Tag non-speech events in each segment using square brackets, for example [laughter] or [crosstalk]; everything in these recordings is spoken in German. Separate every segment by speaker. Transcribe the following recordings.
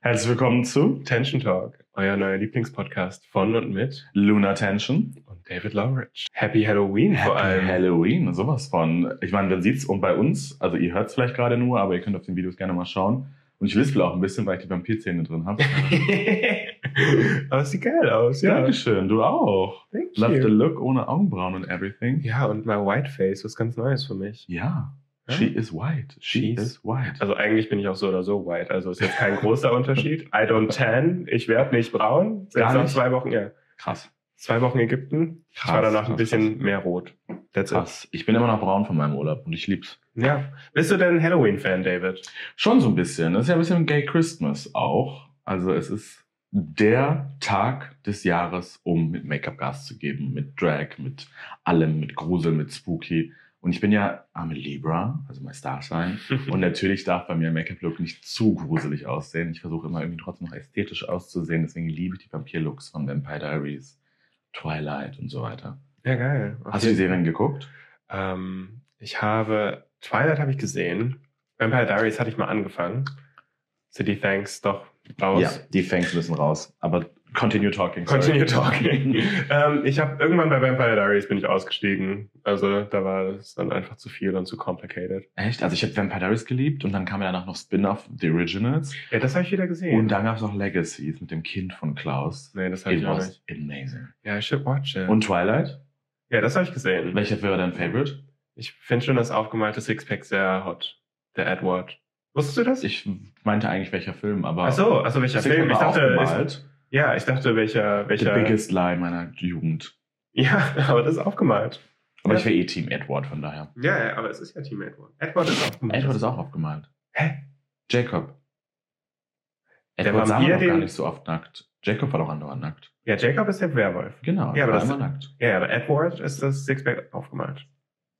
Speaker 1: Herzlich willkommen zu
Speaker 2: Tension Talk, euer neuer Lieblingspodcast von und mit
Speaker 1: Luna Tension.
Speaker 2: und David Lowridge. Happy Halloween vor allem.
Speaker 1: Halloween, sowas von. Ich meine, man sieht's und bei uns, also ihr hört's vielleicht gerade nur, aber ihr könnt auf den Videos gerne mal schauen. Und ich lispel auch ein bisschen, weil ich die Vampirzähne drin habe.
Speaker 2: [laughs] Aber es sieht geil aus, [laughs] ja.
Speaker 1: Dankeschön, du auch.
Speaker 2: Thank
Speaker 1: Love the
Speaker 2: you.
Speaker 1: look ohne Augenbrauen und everything.
Speaker 2: Ja, und mein Whiteface, was ganz Neues für mich.
Speaker 1: Ja.
Speaker 2: Ja.
Speaker 1: She is white. She
Speaker 2: She's-
Speaker 1: is white.
Speaker 2: Also eigentlich bin ich auch so oder so white, also ist jetzt kein großer Unterschied. I don't tan, ich werde nicht braun. Jetzt
Speaker 1: Gar
Speaker 2: noch
Speaker 1: nicht?
Speaker 2: zwei Wochen, ja.
Speaker 1: krass.
Speaker 2: Zwei Wochen Ägypten. Ich
Speaker 1: Krass,
Speaker 2: war danach ein
Speaker 1: krass,
Speaker 2: bisschen mehr rot. That's it.
Speaker 1: Krass. Ich bin immer noch braun von meinem Urlaub und ich lieb's.
Speaker 2: Ja. Bist du denn ein Halloween-Fan, David?
Speaker 1: Schon so ein bisschen. Das ist ja ein bisschen Gay Christmas auch. Also es ist der Tag des Jahres, um mit Make-up Gas zu geben, mit Drag, mit allem, mit Grusel, mit Spooky. Und ich bin ja arme Libra, also mein
Speaker 2: [laughs]
Speaker 1: Starsign. Und natürlich darf bei mir ein Make-up-Look nicht zu gruselig aussehen. Ich versuche immer irgendwie trotzdem noch ästhetisch auszusehen. Deswegen liebe ich die Vampir-Looks von Vampire Diaries, Twilight und so weiter.
Speaker 2: ja, geil.
Speaker 1: Hast du die Serien geguckt?
Speaker 2: Ähm, ich habe Twilight habe ich gesehen. Vampire Diaries hatte ich mal angefangen. City Thanks doch raus.
Speaker 1: Ja, die Fangs müssen raus. Aber continue talking. sorry. [laughs]
Speaker 2: Continue talking. ähm, ich habe irgendwann bei Vampire Diaries bin ich ausgestiegen. Also da war es dann einfach zu viel und zu complicated.
Speaker 1: Echt? Also ich habe Vampire Diaries geliebt und dann kam ja danach noch Spin-off The Originals
Speaker 2: Ja, das habe ich wieder gesehen.
Speaker 1: und dann gab es noch Legacies mit dem Kind von Klaus.
Speaker 2: nee, das habe
Speaker 1: It
Speaker 2: ich auch nicht.
Speaker 1: was amazing.
Speaker 2: Ja, I should watch it.
Speaker 1: Und Twilight?
Speaker 2: ja, das habe ich gesehen.
Speaker 1: Welcher wäre dein Favorite?
Speaker 2: Ich finde schon das aufgemalte Sixpack sehr hot. Der Edward. Wusstest du das?
Speaker 1: Ich meinte eigentlich welcher Film, aber
Speaker 2: Ach so, also welcher
Speaker 1: Das
Speaker 2: Film?
Speaker 1: Film
Speaker 2: Ich
Speaker 1: war
Speaker 2: dachte, ist,
Speaker 1: aufgemalt.
Speaker 2: ja, ich dachte, welcher,
Speaker 1: The
Speaker 2: welcher.
Speaker 1: biggest lie meiner Jugend.
Speaker 2: [laughs] Ja, aber das ist aufgemalt.
Speaker 1: Aber
Speaker 2: Ja.
Speaker 1: ich wäre eh Team Edward von daher.
Speaker 2: Ja, ja, aber es ist ja Team Edward. Edward ist aufgemalt.
Speaker 1: Edward ist auch aufgemalt.
Speaker 2: Hä?
Speaker 1: Jacob.
Speaker 2: Der
Speaker 1: Edward sah
Speaker 2: Vampir,
Speaker 1: man doch gar
Speaker 2: den-
Speaker 1: nicht so oft nackt. Jacob war doch andauernd nackt.
Speaker 2: Ja, Jacob ist der Werwolf.
Speaker 1: Genau,
Speaker 2: Ja, aber
Speaker 1: war
Speaker 2: das-
Speaker 1: immer nackt.
Speaker 2: Ja, ja, aber Edward ist das Sixpack aufgemalt.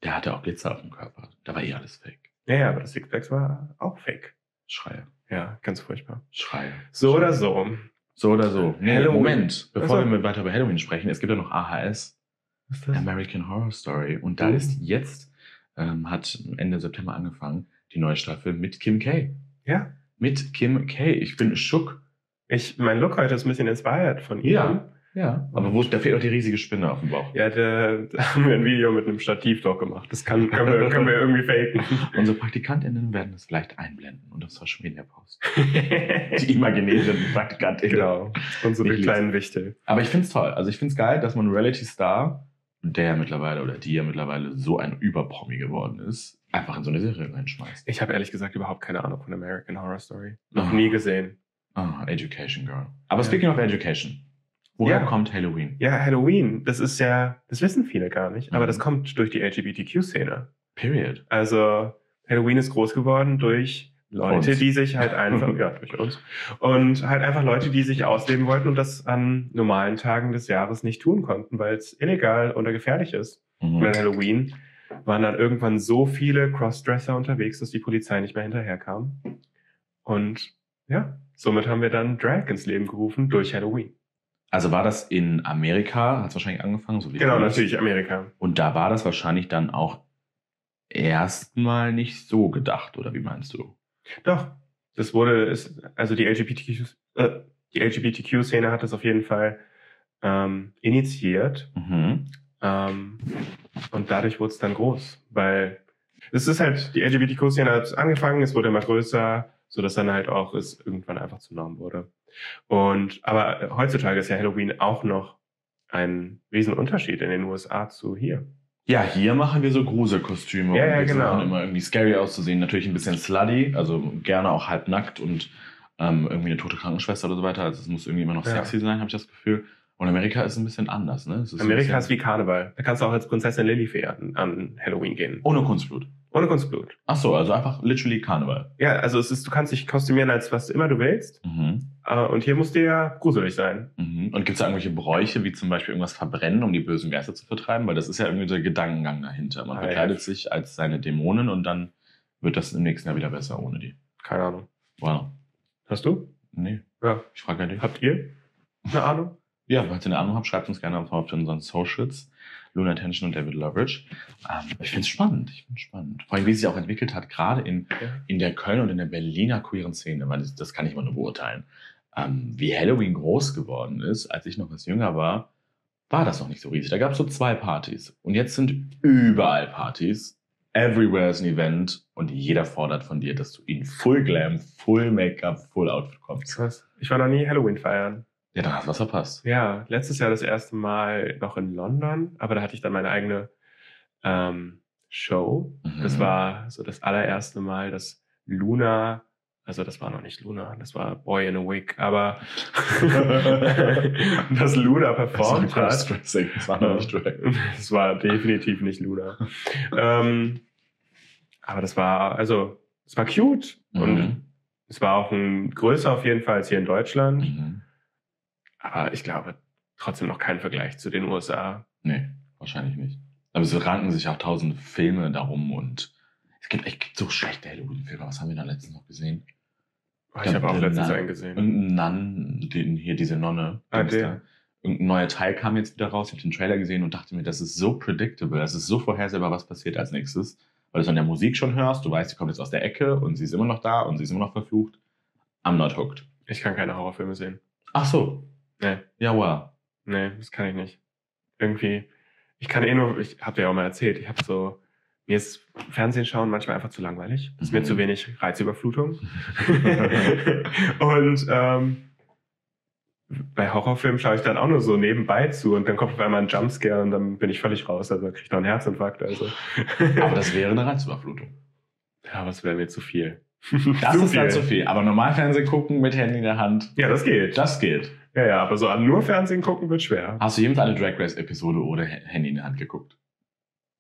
Speaker 1: Der hatte auch Glitzer auf dem Körper. Da war eh alles fake.
Speaker 2: Ja, ja, aber das Sixpack war auch fake.
Speaker 1: Schreie.
Speaker 2: Ja, ganz furchtbar.
Speaker 1: Schreie.
Speaker 2: So
Speaker 1: Schreie.
Speaker 2: oder so.
Speaker 1: So oder so. Nee,
Speaker 2: Halloween.
Speaker 1: Moment, Also, bevor
Speaker 2: Also-
Speaker 1: wir weiter über Halloween sprechen, es gibt ja noch AHS,
Speaker 2: Ist das?
Speaker 1: American Horror Story. Und da
Speaker 2: Mhm.
Speaker 1: ist jetzt, ähm, hat Ende September angefangen, die neue Staffel mit Kim K.
Speaker 2: Ja.
Speaker 1: Mit Kim K. Ich bin schock.
Speaker 2: Ich, mein Look heute ist ein bisschen inspired von ihm.
Speaker 1: Ja. Ja. Aber wo, da fehlt auch die riesige Spinne auf dem Bauch.
Speaker 2: Ja, da, da haben wir ein Video mit einem Stativ doch gemacht. Das kann, können, wir, können wir irgendwie
Speaker 1: Unsere PraktikantInnen werden das vielleicht einblenden und auf Social Media posten.
Speaker 2: faken.
Speaker 1: [laughs] [laughs] Die imaginären PraktikantInnen.
Speaker 2: genau. Unsere
Speaker 1: Ich lese.
Speaker 2: kleinen Wichtel.
Speaker 1: Aber ich find's toll. Also ich find's geil, dass man einen Reality-Star, der ja mittlerweile oder die ja mittlerweile so ein Überpromi geworden ist, einfach in so eine Serie reinschmeißt.
Speaker 2: Ich habe ehrlich gesagt überhaupt keine Ahnung von American Horror Story. Noch
Speaker 1: Ah.
Speaker 2: nie gesehen.
Speaker 1: Ah, Education Girl. Aber
Speaker 2: Ja.
Speaker 1: speaking of Education, woher
Speaker 2: Ja.
Speaker 1: kommt Halloween?
Speaker 2: Ja, Halloween, das ist ja, das wissen viele gar nicht, aber
Speaker 1: Mhm.
Speaker 2: das kommt durch die LGBTQ-Szene.
Speaker 1: Period.
Speaker 2: Also Halloween ist groß geworden durch Leute,
Speaker 1: Uns.
Speaker 2: die sich halt
Speaker 1: [laughs]
Speaker 2: einfach, ja, durch uns, und halt einfach Leute, die sich ausleben wollten und das an normalen Tagen des Jahres nicht tun konnten, weil es illegal oder gefährlich ist. Und an
Speaker 1: Mhm.
Speaker 2: Halloween waren dann irgendwann so viele Crossdresser unterwegs, dass die Polizei nicht mehr hinterherkam. Und ja, somit haben wir dann Drag ins Leben gerufen durch Halloween.
Speaker 1: Also war das in Amerika, hat es wahrscheinlich angefangen, so wie
Speaker 2: Genau,
Speaker 1: bei uns.
Speaker 2: natürlich Amerika.
Speaker 1: Und da war das wahrscheinlich dann auch erstmal nicht so gedacht, oder wie meinst du?
Speaker 2: Doch. Das wurde, ist, also die LGBTQ, äh, die LGBTQ-Szene hat das auf jeden Fall ähm, initiiert.
Speaker 1: Mhm.
Speaker 2: Ähm, und dadurch wurde es dann groß. Weil es ist halt, die LGBTQ-Szene hat angefangen, es wurde immer größer, sodass dann halt auch es irgendwann einfach zur Norm wurde. Und aber heutzutage ist ja Halloween auch noch ein Riesenunterschied in den USA zu hier.
Speaker 1: Ja, hier machen wir so Gruselkostüme.
Speaker 2: Ja,
Speaker 1: und
Speaker 2: ja,
Speaker 1: wir
Speaker 2: genau.
Speaker 1: versuchen immer irgendwie scary auszusehen. Natürlich ein bisschen slutty, also gerne auch halbnackt und ähm, irgendwie eine tote Krankenschwester oder so weiter. Also es muss irgendwie immer noch
Speaker 2: Ja.
Speaker 1: sexy sein, habe ich das Gefühl. Und Amerika ist ein bisschen anders, ne? Es ist ein
Speaker 2: Amerika ist
Speaker 1: bisschen,
Speaker 2: wie Karneval. Da kannst du auch als Prinzessin Lilifee an, an Halloween gehen.
Speaker 1: ohne Kunstblut.
Speaker 2: Ohne Kunstblut.
Speaker 1: Ach so, also einfach literally Karneval.
Speaker 2: Ja, also es ist, du kannst dich kostümieren als was immer du willst.
Speaker 1: Mhm.
Speaker 2: Äh, Und hier musst du ja gruselig sein.
Speaker 1: Mhm. Und gibt es da irgendwelche Bräuche, wie zum Beispiel irgendwas verbrennen, um die bösen Geister zu vertreiben? Weil das ist ja irgendwie der Gedankengang dahinter. Man
Speaker 2: Ah, ja.
Speaker 1: verkleidet sich als seine Dämonen und dann wird das im nächsten Jahr wieder besser ohne die.
Speaker 2: Keine Ahnung.
Speaker 1: Wow.
Speaker 2: Hast du?
Speaker 1: Nee.
Speaker 2: Ja.
Speaker 1: Ich frage ja dich.
Speaker 2: Habt ihr? Eine Ahnung?
Speaker 1: Ja, falls ihr eine Ahnung habt, schreibt uns gerne auf auf unseren Socials. Luna Attention und David Loveridge. Ähm, ich finde es spannend, ich finde spannend. Vor allem, wie sie sich auch entwickelt hat, gerade in,
Speaker 2: Ja.
Speaker 1: in der Köln und in der Berliner queeren Szene, weil das, das kann ich mal nur beurteilen. Ähm, wie Halloween groß geworden ist, als ich noch was jünger war, war das noch nicht so riesig. Da gab es so zwei Partys. Und jetzt sind überall Partys. Everywhere ist ein Event und jeder fordert von dir, dass du in Full Glam, Full Make-up, Full Outfit kommst.
Speaker 2: Krass. Ich war noch nie Halloween feiern.
Speaker 1: Ja, dann hast du was verpasst.
Speaker 2: Ja, letztes Jahr das erste Mal noch in London, aber da hatte ich dann meine eigene ähm, Show.
Speaker 1: Mhm.
Speaker 2: Das war so das allererste Mal, dass Luna, also das war noch nicht Luna, das war Boy in a Wig, aber [laughs] dass Luna performt hat.
Speaker 1: Cross-Dressing, das war noch nicht Drag.
Speaker 2: [laughs] Das war definitiv nicht Luna. ähm, aber das war, also, es war cute und
Speaker 1: Mhm.
Speaker 2: es war auch ein größer auf jeden Fall als hier in Deutschland.
Speaker 1: Mhm.
Speaker 2: Aber ich glaube trotzdem noch kein Vergleich zu den USA.
Speaker 1: Nee, wahrscheinlich nicht. Aber es ranken sich auch tausende Filme darum und es gibt echt so schlechte Halloween-Filme. Was haben wir da letztens noch gesehen?
Speaker 2: Oh, ich habe auch letztens einen gesehen.
Speaker 1: Irgendein Nun, den, hier diese Nonne.
Speaker 2: Ah,
Speaker 1: Dings da.
Speaker 2: der.
Speaker 1: Irgendein neuer Teil kam jetzt wieder raus. Ich habe den Trailer gesehen und dachte mir, das ist so predictable, das ist so vorhersehbar, was passiert als nächstes. Weil du es an der Musik schon hörst, du weißt, sie kommt jetzt aus der Ecke und sie ist immer noch da und sie ist immer noch verflucht. I'm not hooked.
Speaker 2: Ich kann keine Horrorfilme sehen.
Speaker 1: Ach so.
Speaker 2: Nee.
Speaker 1: Ja, wow.
Speaker 2: Nee, das kann ich nicht. Irgendwie, ich kann eh nur, ich habe dir auch mal erzählt, ich habe so, mir ist Fernsehen schauen manchmal einfach zu langweilig. Ist mir
Speaker 1: Mhm.
Speaker 2: zu wenig [laughs] Reizüberflutung. und ähm, bei Horrorfilmen schaue ich dann auch nur so nebenbei zu und dann kommt auf einmal ein Jumpscare und dann bin ich völlig raus. Also kriege ich noch einen Herzinfarkt. Also.
Speaker 1: Aber das wäre eine Reizüberflutung.
Speaker 2: ja, aber es wäre mir zu [laughs] viel.
Speaker 1: Das
Speaker 2: Zu
Speaker 1: ist dann zu viel. Aber normal Fernsehen gucken mit Handy in der Hand,
Speaker 2: Ja, das geht.
Speaker 1: das geht.
Speaker 2: Ja, ja, aber so an nur Fernsehen gucken wird schwer.
Speaker 1: Hast du jemals eine Drag Race Episode ohne Ha- Handy in der Hand geguckt?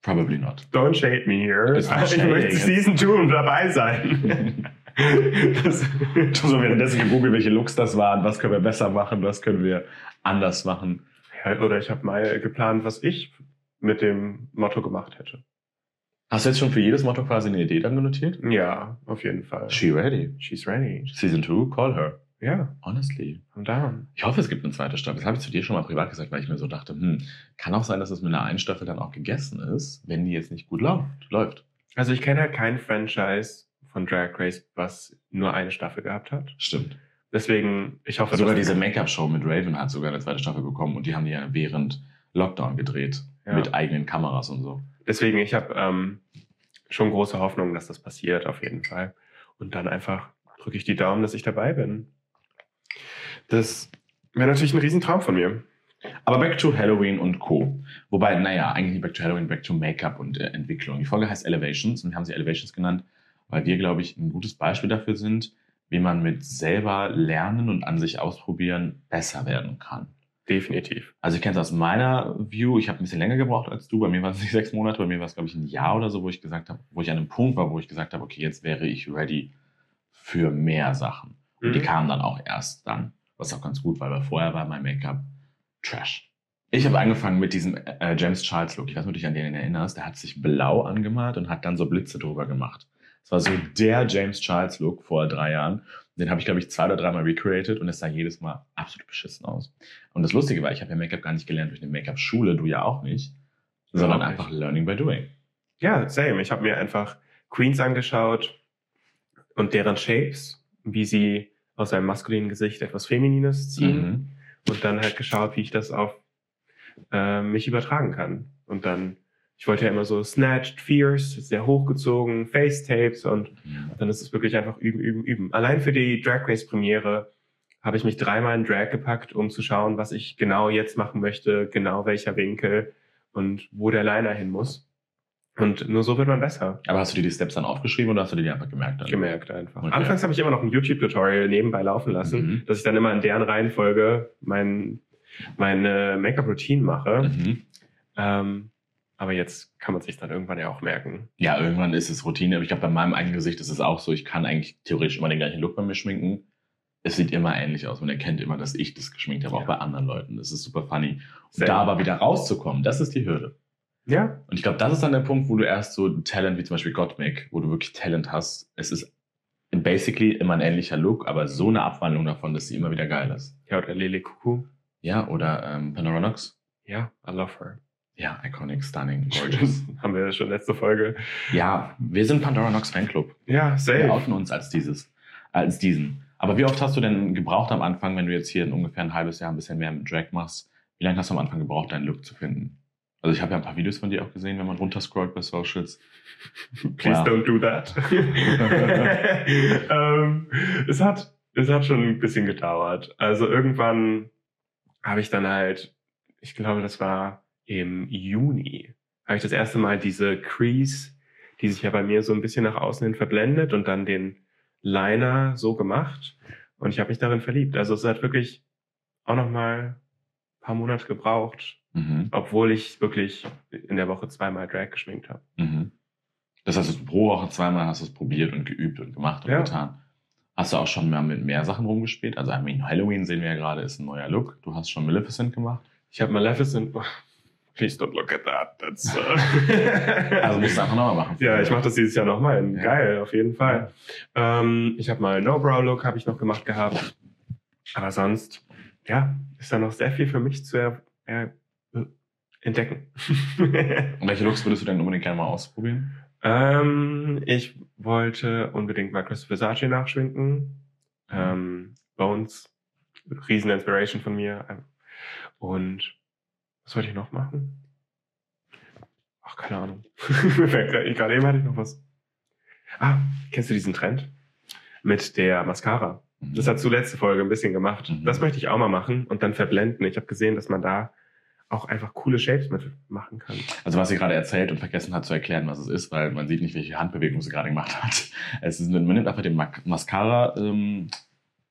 Speaker 1: Probably not.
Speaker 2: Don't shade me here.
Speaker 1: Das war
Speaker 2: [laughs] Ich
Speaker 1: shading
Speaker 2: möchte
Speaker 1: jetzt.
Speaker 2: Season 2 und dabei sein.
Speaker 1: [laughs] so
Speaker 2: Das-
Speaker 1: währenddessen gegoogelt, welche Looks das waren, was können wir besser machen, was können wir anders machen.
Speaker 2: Ja, Oder ich habe mal geplant, was ich mit dem Motto gemacht hätte.
Speaker 1: Hast du jetzt schon für jedes Motto quasi eine Idee dann notiert?
Speaker 2: Ja, auf jeden Fall.
Speaker 1: She ready.
Speaker 2: She's ready.
Speaker 1: Season 2, call her.
Speaker 2: Ja,
Speaker 1: Honestly.
Speaker 2: I'm down.
Speaker 1: Ich hoffe, es gibt eine zweite Staffel. Das habe ich zu dir schon mal privat gesagt, weil ich mir so dachte, hm, kann auch sein, dass es mit einer einen Staffel dann auch gegessen ist, wenn die jetzt nicht gut läuft. läuft.
Speaker 2: Also ich kenne halt kein Franchise von Drag Race, was nur eine Staffel gehabt hat.
Speaker 1: Stimmt.
Speaker 2: Deswegen, ich hoffe,
Speaker 1: Also Sogar
Speaker 2: dass-
Speaker 1: diese Make-up-Show mit Raven hat sogar eine zweite Staffel bekommen und die haben die ja während Lockdown gedreht.
Speaker 2: Ja.
Speaker 1: Mit eigenen Kameras und so.
Speaker 2: Deswegen, ich habe ähm, schon große Hoffnung, dass das passiert, auf jeden Fall. Und dann einfach drücke ich die Daumen, dass ich dabei bin. Das wäre natürlich ein Riesentraum von mir.
Speaker 1: Aber back to Halloween und Co. Wobei, naja, eigentlich nicht back to Halloween, back to Make-up und äh, Entwicklung. Die Folge heißt Elevations und wir haben sie Elevations genannt, weil wir, glaube ich, ein gutes Beispiel dafür sind, wie man mit selber lernen und an sich ausprobieren besser werden kann.
Speaker 2: Definitiv.
Speaker 1: Also ich kenne es aus meiner View. Ich habe ein bisschen länger gebraucht als du. Bei mir waren es nicht [laughs] sechs Monate, bei mir war es, glaube ich, ein Jahr oder so, wo ich gesagt habe, wo ich an einem Punkt war, wo ich gesagt habe, okay, jetzt wäre ich ready für mehr Sachen. Und die
Speaker 2: Mhm.
Speaker 1: kamen dann auch erst dann, was auch ganz gut war, weil vorher war mein Make-up Trash. Ich habe angefangen mit diesem äh, James Charles Look. Ich weiß nicht, ob du dich an den erinnerst. Der hat sich blau angemalt und hat dann so Blitze drüber gemacht. Das war so der James Charles Look vor drei Jahren. Den habe ich, glaube ich, zwei oder dreimal recreated und es sah jedes Mal absolut beschissen aus. Und das Lustige war, ich habe ja Make-up gar nicht gelernt durch eine Make-up-Schule, du ja auch nicht, sondern
Speaker 2: Überhaupt nicht.
Speaker 1: einfach Learning by Doing.
Speaker 2: Ja, same. Ich habe mir einfach Queens angeschaut und deren Shapes, wie sie aus einem maskulinen Gesicht etwas Feminines ziehen
Speaker 1: Mhm.
Speaker 2: und dann halt geschaut, wie ich das auf äh, mich übertragen kann. Und dann, ich wollte ja immer so snatched, fierce, sehr hochgezogen, Face-Tapes und dann ist es wirklich einfach üben, üben, üben. Allein für die Drag Race Premiere habe ich mich dreimal in Drag gepackt, um zu schauen, was ich genau jetzt machen möchte, genau welcher Winkel und wo der Liner hin muss. Und nur so wird man besser,
Speaker 1: Aber hast du dir die Steps dann aufgeschrieben oder hast du dir die einfach gemerkt? Dann?
Speaker 2: gemerkt einfach.
Speaker 1: Okay.
Speaker 2: Anfangs habe ich immer noch ein YouTube-Tutorial nebenbei laufen lassen,
Speaker 1: Mhm.
Speaker 2: dass ich dann immer in deren Reihenfolge mein, meine Make-up-Routine mache.
Speaker 1: Mhm.
Speaker 2: Ähm, aber jetzt kann man sich dann irgendwann ja auch merken.
Speaker 1: Ja, irgendwann ist es Routine. Aber ich glaube, bei meinem eigenen Gesicht ist es auch so. Ich kann eigentlich theoretisch immer den gleichen Look bei mir schminken. Es sieht immer ähnlich aus. Man erkennt immer, dass ich das geschminkt habe, auch
Speaker 2: Ja.
Speaker 1: bei anderen Leuten. Das ist super funny. Und
Speaker 2: Sehr.
Speaker 1: da aber wieder rauszukommen, das ist die Hürde.
Speaker 2: Ja,
Speaker 1: Und ich glaube, das ist dann der Punkt, wo du erst so ein Talent wie zum Beispiel Gottmik, wo du wirklich Talent hast. Es ist basically immer ein ähnlicher Look, aber so eine Abwandlung davon, dass sie immer wieder geil ist.
Speaker 2: ja oder Lele Kuku.
Speaker 1: Ja, oder ähm, Panoranox. [laughs]
Speaker 2: Ja, I love her.
Speaker 1: Ja, iconic, stunning,
Speaker 2: [laughs]
Speaker 1: gorgeous.
Speaker 2: Haben wir schon letzte Folge.
Speaker 1: ja, wir sind Pandora Nox Fanclub.
Speaker 2: Ja,
Speaker 1: Wir
Speaker 2: safe.
Speaker 1: outen uns als dieses, als diesen. Aber wie oft hast du denn gebraucht am Anfang, wenn du jetzt hier in ungefähr ein halbes Jahr ein bisschen mehr mit Drag machst? Wie lange hast du am Anfang gebraucht, deinen Look zu finden? Also ich habe ja ein paar Videos von dir auch gesehen, wenn man runterscrollt bei
Speaker 2: [laughs]
Speaker 1: Socials.
Speaker 2: Please
Speaker 1: Ja.
Speaker 2: don't do that. ähm, es, hat, es hat schon ein bisschen gedauert. Also irgendwann habe ich dann halt, ich glaube, das war im Juni, habe ich das erste Mal diese Crease, die sich ja bei mir so ein bisschen nach außen hin verblendet und dann den Liner so gemacht. Und ich habe mich darin verliebt. Also es hat wirklich auch nochmal ein paar Monate gebraucht,
Speaker 1: Mhm,
Speaker 2: obwohl ich wirklich in der Woche zweimal Drag geschminkt habe.
Speaker 1: mhm. Das heißt, du pro Woche zweimal hast du es probiert und geübt und gemacht und
Speaker 2: Ja.
Speaker 1: getan. Hast du auch schon mal mit mehr Sachen rumgespielt? Also I mean, Halloween sehen wir ja gerade, ist ein neuer Look. Du hast schon Maleficent gemacht.
Speaker 2: Ich habe Maleficent. Please don't look at that. That's, uh...
Speaker 1: [laughs] Also musst du einfach nochmal machen.
Speaker 2: ja, ich mache das dieses Jahr nochmal.
Speaker 1: Ja.
Speaker 2: Geil, auf jeden Fall. Ähm, ich habe mal No-Brow-Look habe ich noch gemacht gehabt. Aber sonst, ja, ist da noch sehr viel für mich zu er er äh, entdecken. [laughs]
Speaker 1: Und welche Looks würdest du denn unbedingt gerne mal ausprobieren?
Speaker 2: ähm, ich wollte unbedingt mal Christopher Versace nachschminken. Ähm, Bones, riesen Inspiration von mir. Und was wollte ich noch machen? Ach, keine Ahnung. [laughs] Mir fällt grad- Gerade eben hatte ich noch was. Ah, kennst du diesen Trend? Mit der Mascara.
Speaker 1: Mhm.
Speaker 2: Das hast du letzte Folge ein bisschen gemacht.
Speaker 1: Mhm.
Speaker 2: Das möchte ich auch mal machen und dann verblenden. Ich habe gesehen, dass man da auch einfach coole Shapes mit machen kann.
Speaker 1: Also was sie gerade erzählt und vergessen hat zu erklären, was es ist, weil man sieht nicht, welche Handbewegung sie gerade gemacht hat. Es ist, man nimmt einfach den Mac- Mascara ähm,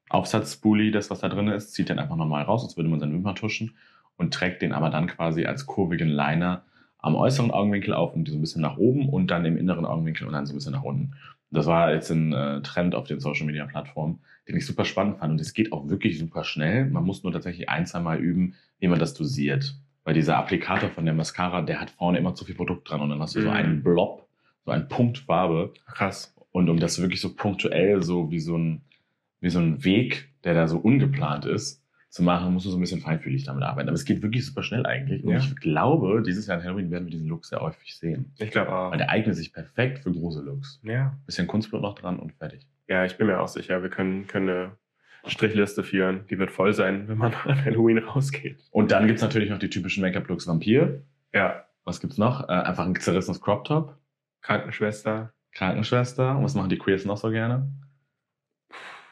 Speaker 1: Aufsatzbully, das was da drin ist, zieht den einfach normal raus, als würde man seine Wimpern tuschen und trägt den aber dann quasi als kurvigen Liner am äußeren Augenwinkel auf und so ein bisschen nach oben und dann im inneren Augenwinkel und dann so ein bisschen nach unten. Das war jetzt ein äh, Trend auf den Social Media Plattformen, den ich super spannend fand und es geht auch wirklich super schnell. Man muss nur tatsächlich ein, zwei Mal üben, wie man das dosiert. Weil dieser Applikator von der Mascara, der hat vorne immer zu viel Produkt dran und dann hast du so
Speaker 2: Mhm.
Speaker 1: einen Blob, so einen Punkt Farbe.
Speaker 2: Krass.
Speaker 1: Und um das wirklich so punktuell, so wie so ein, wie so ein Weg, der da so ungeplant ist, zu machen, musst du so ein bisschen feinfühlig damit arbeiten. Aber es geht wirklich super schnell eigentlich. Und
Speaker 2: Ja.
Speaker 1: ich glaube, dieses Jahr an Halloween werden wir diesen Look sehr häufig sehen.
Speaker 2: Ich glaube auch.
Speaker 1: Weil der eignet sich perfekt für große Looks.
Speaker 2: Ja.
Speaker 1: Bisschen Kunstblut noch dran und fertig.
Speaker 2: Ja, ich bin mir auch sicher, wir können, können eine Strichliste führen. Die wird voll sein, wenn man [laughs] an Halloween rausgeht.
Speaker 1: Und dann gibt's natürlich noch die typischen Make-up-Looks Vampir.
Speaker 2: Ja,
Speaker 1: Was gibt's noch? Äh, einfach ein zerrissenes Crop-Top.
Speaker 2: Krankenschwester.
Speaker 1: Krankenschwester. Und was machen die Queers noch so gerne?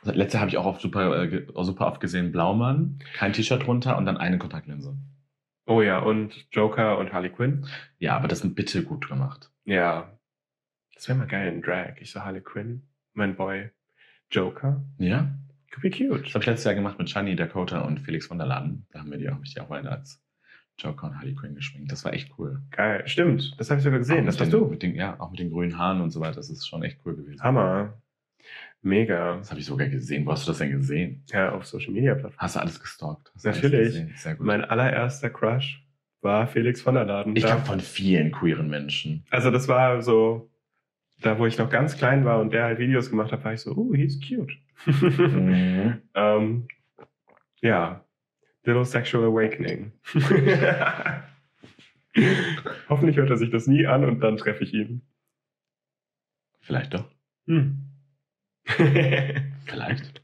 Speaker 1: Das Letzte habe ich auch auf super, äh, ge- super oft gesehen, Blaumann, kein T-Shirt runter und dann eine Kontaktlinse.
Speaker 2: Oh ja, und Joker und Harley Quinn.
Speaker 1: Ja, aber das ist bitte gut gemacht.
Speaker 2: Ja. Das wäre mal geil in Drag. Ich so Harley Quinn, mein Boy Joker.
Speaker 1: Ja?
Speaker 2: Could be
Speaker 1: Das
Speaker 2: cute.
Speaker 1: habe ich letztes Jahr gemacht mit Shani, Dakota und Felix von der Laden. Da haben wir die auch, hab ich die auch weiter als Joker und Harley Quinn geschminkt. Das war echt cool.
Speaker 2: Geil. Stimmt, das habe ich sogar gesehen.
Speaker 1: Auch
Speaker 2: Das
Speaker 1: mit
Speaker 2: warst
Speaker 1: den,
Speaker 2: du.
Speaker 1: Mit den, ja, auch mit den grünen Haaren und so weiter. Das ist schon echt cool gewesen.
Speaker 2: Hammer. Mega.
Speaker 1: Das habe ich sogar gesehen. Wo hast du das denn gesehen?
Speaker 2: Ja, auf Social Media Plattformen.
Speaker 1: Hast du alles gestalkt? Hast du
Speaker 2: Natürlich.
Speaker 1: Alles gesehen? Sehr gut.
Speaker 2: Mein allererster Crush war Felix von der Laden.
Speaker 1: ich
Speaker 2: Da-
Speaker 1: glaube, von vielen queeren Menschen.
Speaker 2: Also das war so, da wo ich noch ganz klein war und der halt Videos gemacht hat, war ich so, oh, he's cute.
Speaker 1: Mhm.
Speaker 2: ähm, ja, Little Sexual Awakening. Hoffentlich hört er sich das nie an und dann treffe ich ihn.
Speaker 1: Vielleicht doch.
Speaker 2: Hm.
Speaker 1: Vielleicht.